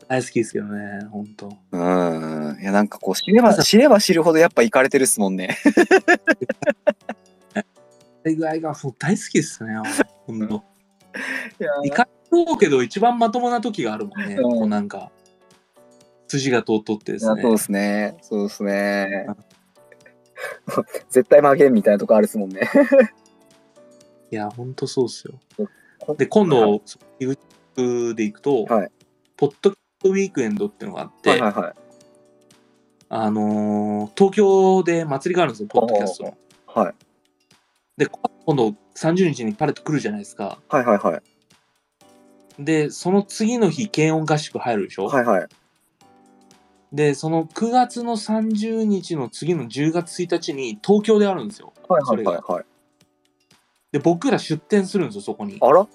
Speaker 2: 大好きですけどね、ほんと。
Speaker 1: ぁうん。いや、なんかこう、知れば、知れば知るほどやっぱ行かれてるっすもんね。
Speaker 2: 大具合がもう大好きですね、ほんと。
Speaker 1: いや
Speaker 2: いかそうけど、一番まともな時があるもんね、
Speaker 1: うん
Speaker 2: こうなんか。筋が通っとってです
Speaker 1: そう
Speaker 2: ね。
Speaker 1: ですね。そうですね。 絶対負けんみたいなとこあるですもん ね。
Speaker 2: いや、ほんとそうっすよ
Speaker 1: こ。
Speaker 2: で、今度、入り口で行くと、
Speaker 1: はい
Speaker 2: ポッドキャストウィークエンドっていうのがあって、
Speaker 1: はいはいはい。
Speaker 2: あのー東京で祭りがあるんですよ、ポッドキャストの。
Speaker 1: はい。
Speaker 2: で、今度30日にパレット来るじゃないですか。
Speaker 1: はいはいはい。
Speaker 2: で、その次の日、軽音合宿入るでしょ、
Speaker 1: はいはい。
Speaker 2: で、その9月の30日の次の10月1日に東京であるんですよ。
Speaker 1: はい
Speaker 2: そ
Speaker 1: はい
Speaker 2: れ
Speaker 1: はい
Speaker 2: が。
Speaker 1: はい。
Speaker 2: で、僕ら出店するんですよ、そこに。
Speaker 1: あら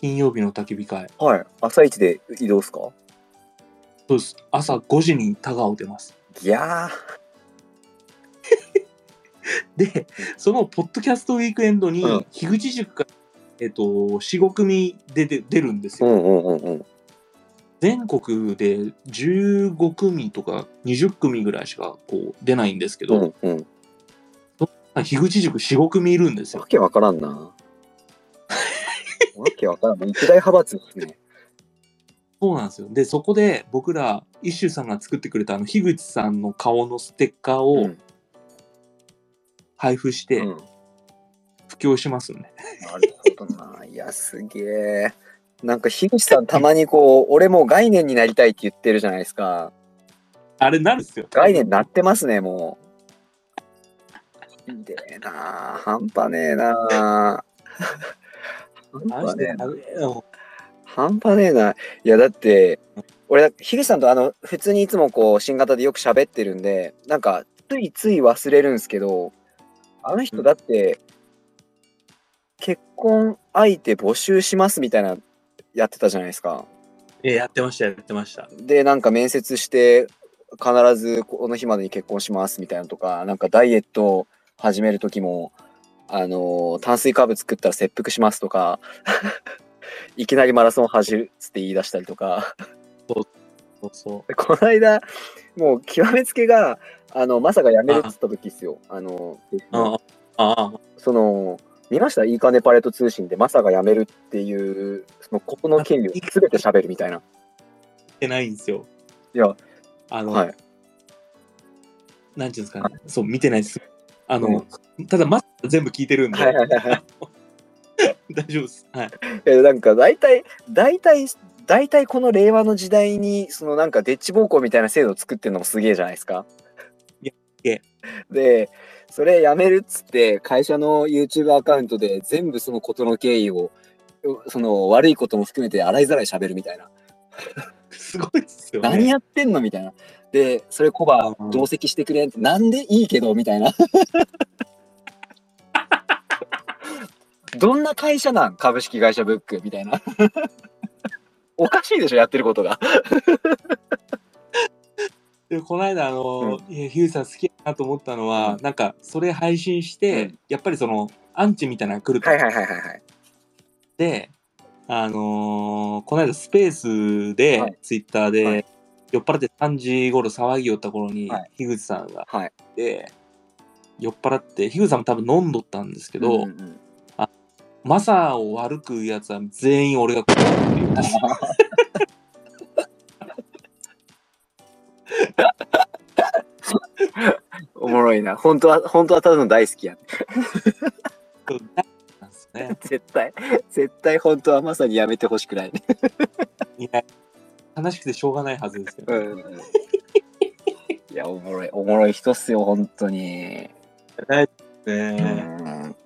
Speaker 2: 金曜日の焚き火会。
Speaker 1: はい。朝一で移動っすか
Speaker 2: そうです。朝5時に田川を出ます。
Speaker 1: いや
Speaker 2: で、そのポッドキャストウィークエンドに
Speaker 1: うん、
Speaker 2: 樋口塾から、えっと、4、5組で出出るんです
Speaker 1: ー。う
Speaker 2: よ。
Speaker 1: んうんうんうん。
Speaker 2: 全国で15組とか20組ぐらいしかこう出ないんですけ
Speaker 1: う
Speaker 2: ど、
Speaker 1: んうん。
Speaker 2: 樋口塾4、5組いるんですよ
Speaker 1: わ。けわからんな。わけわからん。もう一大派閥ですね。
Speaker 2: そうなんですよ。で、そこで僕ら、一周さんが作ってくれたあの、樋口さんの顔のステッカー
Speaker 1: う
Speaker 2: を
Speaker 1: ん。
Speaker 2: 配布して、
Speaker 1: うん
Speaker 2: 布教しますよね。
Speaker 1: なるほどな。いや、すげえ。なんか、樋口さん、たまにこう、俺もう概念になりたいって言ってるじゃないですか。
Speaker 2: あれなるっすよ。
Speaker 1: 概念なってますね、もう。ひでえなあ半端ねえなあ
Speaker 2: あ
Speaker 1: 半端
Speaker 2: の人
Speaker 1: ねえ
Speaker 2: や
Speaker 1: な。
Speaker 2: べえよ
Speaker 1: 半端ねえな。いや、だって、俺、樋口さんとあの、普通にいつもこう、新型でよく喋ってるんで、なんか、ついつい忘れるんですけど、あの人だって、結婚相手募集しますみたいな、やってたじゃないですか。
Speaker 2: えやってました、やってました。
Speaker 1: でなんか面接して必ずこの日までに結婚しますみたいなのとかなんかダイエットを始める時もあのー炭水化物食ったら切腹しますとか いきなりマラソン走るっつって言い出したりとか
Speaker 2: そうそ
Speaker 1: でこの間もう極めつけがあのまさか辞めるっつった時っすよあの
Speaker 2: う。ああ、あ
Speaker 1: その見ましたいいかねパレット通信でまさか辞めるっていうそのここの権利を全て喋るみたいな
Speaker 2: ってないんですよ。
Speaker 1: いや
Speaker 2: あの、
Speaker 1: はい
Speaker 2: なんていうんですかね。そう、見てないです。あの、
Speaker 1: うん
Speaker 2: ただ、まず全部聞いてるんで、
Speaker 1: はいはいはいはい
Speaker 2: 大丈夫です。はい。
Speaker 1: えなんか大体大体大体この令和の時代にそのなんかでっち奉公みたいな制度を作ってるのもすげえじゃないですか。
Speaker 2: いやすげえ
Speaker 1: でそれやめるっつって会社の YouTube アカウントで全部そのことの経緯をその悪いことも含めて洗いざらい喋るみたいな、
Speaker 2: すごいですよね。
Speaker 1: 何やってんのみたいなでそれコバ
Speaker 2: うん
Speaker 1: 同席してくれんってなんでいいけどみた いなどんな会社なん株式会社ブックみたいなおかしいでしょやってることが
Speaker 2: でこの間あの、いやヒューさん好きやなと思ったのは、
Speaker 1: う
Speaker 2: なんかそれ配信して、
Speaker 1: うん
Speaker 2: やっぱりそのアンチみたいなのが来ると
Speaker 1: はいはいはいはいはい。
Speaker 2: で、あのーこの間スペースで、
Speaker 1: はい
Speaker 2: ツイッターで、
Speaker 1: は
Speaker 2: 酔っ払って3時頃騒ぎよった頃に、
Speaker 1: はい
Speaker 2: 樋口さんが、
Speaker 1: はい
Speaker 2: で酔っ払って樋口さんも多分飲んどったんですけ
Speaker 1: け
Speaker 2: ど、
Speaker 1: うん うん
Speaker 2: マサを悪く言うやつは全員俺がこうっていう
Speaker 1: おもろいな。本当は、本当はただの大好きや。
Speaker 2: なんです よね。
Speaker 1: 絶対、絶対本当はまさにやめてほしくない。
Speaker 2: いや悲しくてしょうがないはずですよ、
Speaker 1: う
Speaker 2: ね。
Speaker 1: ん。いや、おもろい、おもろい人っすよ、本当に。う
Speaker 2: ね
Speaker 1: ん。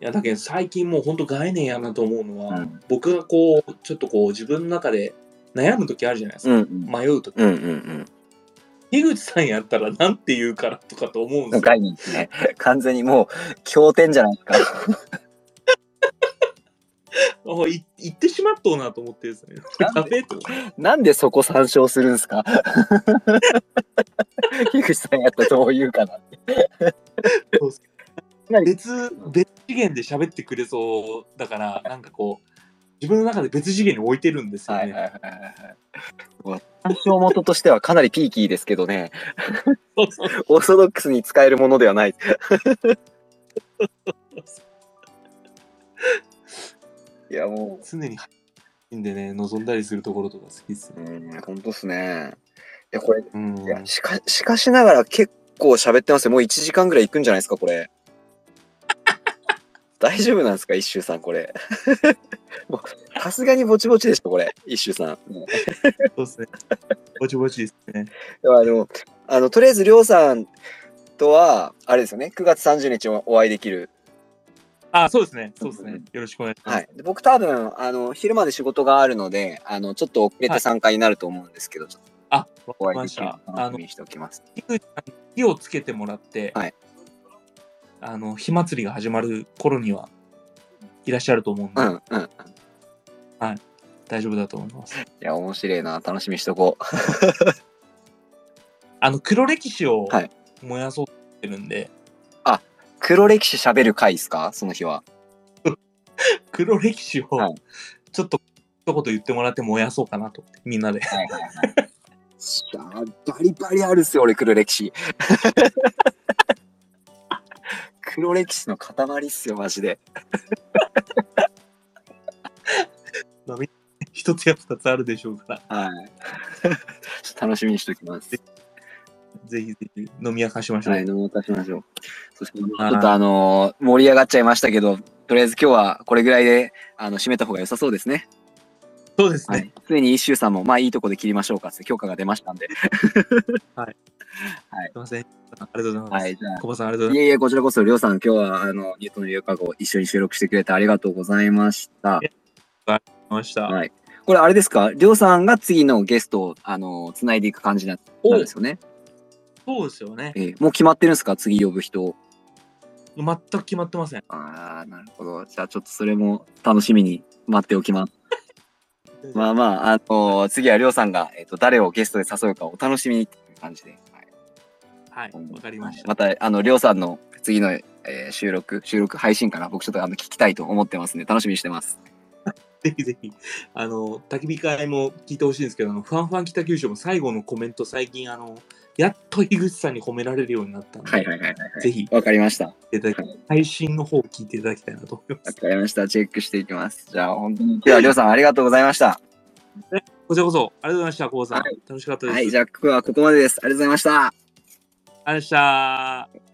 Speaker 2: いやだけど最近もう本当概念やなと思うのは、
Speaker 1: うん
Speaker 2: 僕がこうちょっとこう自分の中で悩む時あるじゃないです
Speaker 1: う
Speaker 2: か、
Speaker 1: ん。
Speaker 2: 迷う時
Speaker 1: うんうん
Speaker 2: 井口さんやったらなんて言うからとかと思うん
Speaker 1: うん。
Speaker 2: ですよ
Speaker 1: 概念ですね。完全にもう、経典じゃないですか。
Speaker 2: あい言ってしまっとうなと思ってです ね
Speaker 1: なんで
Speaker 2: やべえと
Speaker 1: なんでそこ参照するんすか 樋口さんやったらどう言うかなって。かなり
Speaker 2: 別別次元で喋ってくれそうだからなんかこう自分の中で別次元に置いてるんですよね、
Speaker 1: はいはいはいはいはい。参照元としてはかなりピーキーですけどね、
Speaker 2: そうそうそう
Speaker 1: オーソドックスに使えるものでは ない。いやも
Speaker 2: 常にんでね、望んだりするところとか好きっすね。
Speaker 1: うん、ほんとっすね。いや、これ、い
Speaker 2: うん。
Speaker 1: や、しか、しかしながら結構喋ってますよ。もう1時間ぐらい行くんじゃないですか、これ。 大丈夫なんですか、一周さん、これ。 もうさすがにぼちぼちでしょ、これ、一周さん。もう
Speaker 2: そうですね。ぼちぼちですね。
Speaker 1: ではあの、あの、とりあえず、りょうさんとは、あれですよね、9月30日お会いできる。
Speaker 2: あ、そうですね。そうです
Speaker 1: うんう
Speaker 2: ね
Speaker 1: ん。
Speaker 2: よろしくお願いします。
Speaker 1: はい。で僕、多分、あの、昼まで仕事があるので、あの、ちょっと遅れ
Speaker 2: は
Speaker 1: て
Speaker 2: い
Speaker 1: 参加になると思うんですけど、ちょっと
Speaker 2: あ、
Speaker 1: お
Speaker 2: わか
Speaker 1: 会いで
Speaker 2: りまし
Speaker 1: きる
Speaker 2: た
Speaker 1: の。を
Speaker 2: あ
Speaker 1: 楽し
Speaker 2: の
Speaker 1: み、にしておきます。
Speaker 2: 井口さんに火をつけてもらって、
Speaker 1: はい
Speaker 2: あの、火祭りが始まる頃には、いらっしゃると思うんで、
Speaker 1: うん、うん、うん。
Speaker 2: 大丈夫だと思います。
Speaker 1: いや、面白いな。楽しみにしとこう。
Speaker 2: あの、黒歴史を
Speaker 1: はい
Speaker 2: 燃やそうとしてるんで、
Speaker 1: 黒歴史喋る回ですかその日は。
Speaker 2: 黒歴史を
Speaker 1: はい、
Speaker 2: ちょっと、一言言ってもらって燃やそうかなと思って、みんなで。
Speaker 1: はいはいはい。バリバリあるっすよ、俺、黒歴史。黒歴史の塊っすよ、マジで。
Speaker 2: 一つや二つあるでしょうから、
Speaker 1: はい。ちょっと楽しみにしておきます。
Speaker 2: ぜひぜひ飲み明かしましょう。
Speaker 1: はい、飲もうとしましょう。そして、ち
Speaker 2: はい
Speaker 1: ょっとあのー盛り上がっちゃいましたけど、とりあえず今日はこれぐらいで、あの、締めた方が良さそうですね。
Speaker 2: そうです
Speaker 1: は
Speaker 2: ね。
Speaker 1: い。ついに一周さんも、まあいいとこで切りましょうかって評価が出ましたんで。
Speaker 2: すいません。ありがとうございます。
Speaker 1: はい、じゃあ。
Speaker 2: 小葉さん、ありがとうござい
Speaker 1: いえ
Speaker 2: ま
Speaker 1: いえ、こちらこそ、りょうさん、今日は、あの、ニュートンのゆうかご、一緒に収録してくれてありがとうございました。
Speaker 2: した。
Speaker 1: はい。これ、あれですかりょうさんが次のゲストを、あの、つないでいく感じななんですよね。
Speaker 2: そうですよね。
Speaker 1: ええもう決まってるんですか次呼ぶ人。
Speaker 2: 全く決まってません。
Speaker 1: ああ、なるほど。じゃあ、ちょっとそれも楽しみに待っておきます。まあまあ、あの、次はりょうさんが、えっ、と、誰をゲストで誘うかお楽しみにっていう感じで。はい
Speaker 2: はい、わかりました。
Speaker 1: また、あの、りょうさんの次の、えー収録、収録配信かな。僕ちょっと、あの、聞きたいと思ってますんで、楽しみにしてます。
Speaker 2: ぜひぜひ、あの、焚き火会も聞いてほしいんですけど、あのファンファン北九州も最後のコメント、最近、あの、やっと井口さんに褒められるようになったので、
Speaker 1: はいはい。
Speaker 2: ぜひ、
Speaker 1: わかりました。
Speaker 2: いただき配信の方を聞いていただきたいなと思いま
Speaker 1: わ
Speaker 2: す。
Speaker 1: かりました。チェックしていきます。じゃあ、本当に。では、りょうさん、ありがとうございました。
Speaker 2: こちらこそ、ありがとうございました、小葉さん。
Speaker 1: はい
Speaker 2: 楽しかったです。
Speaker 1: はい、じゃあ、今日はここまでです。ありがとうございました。
Speaker 2: ありがとうございました。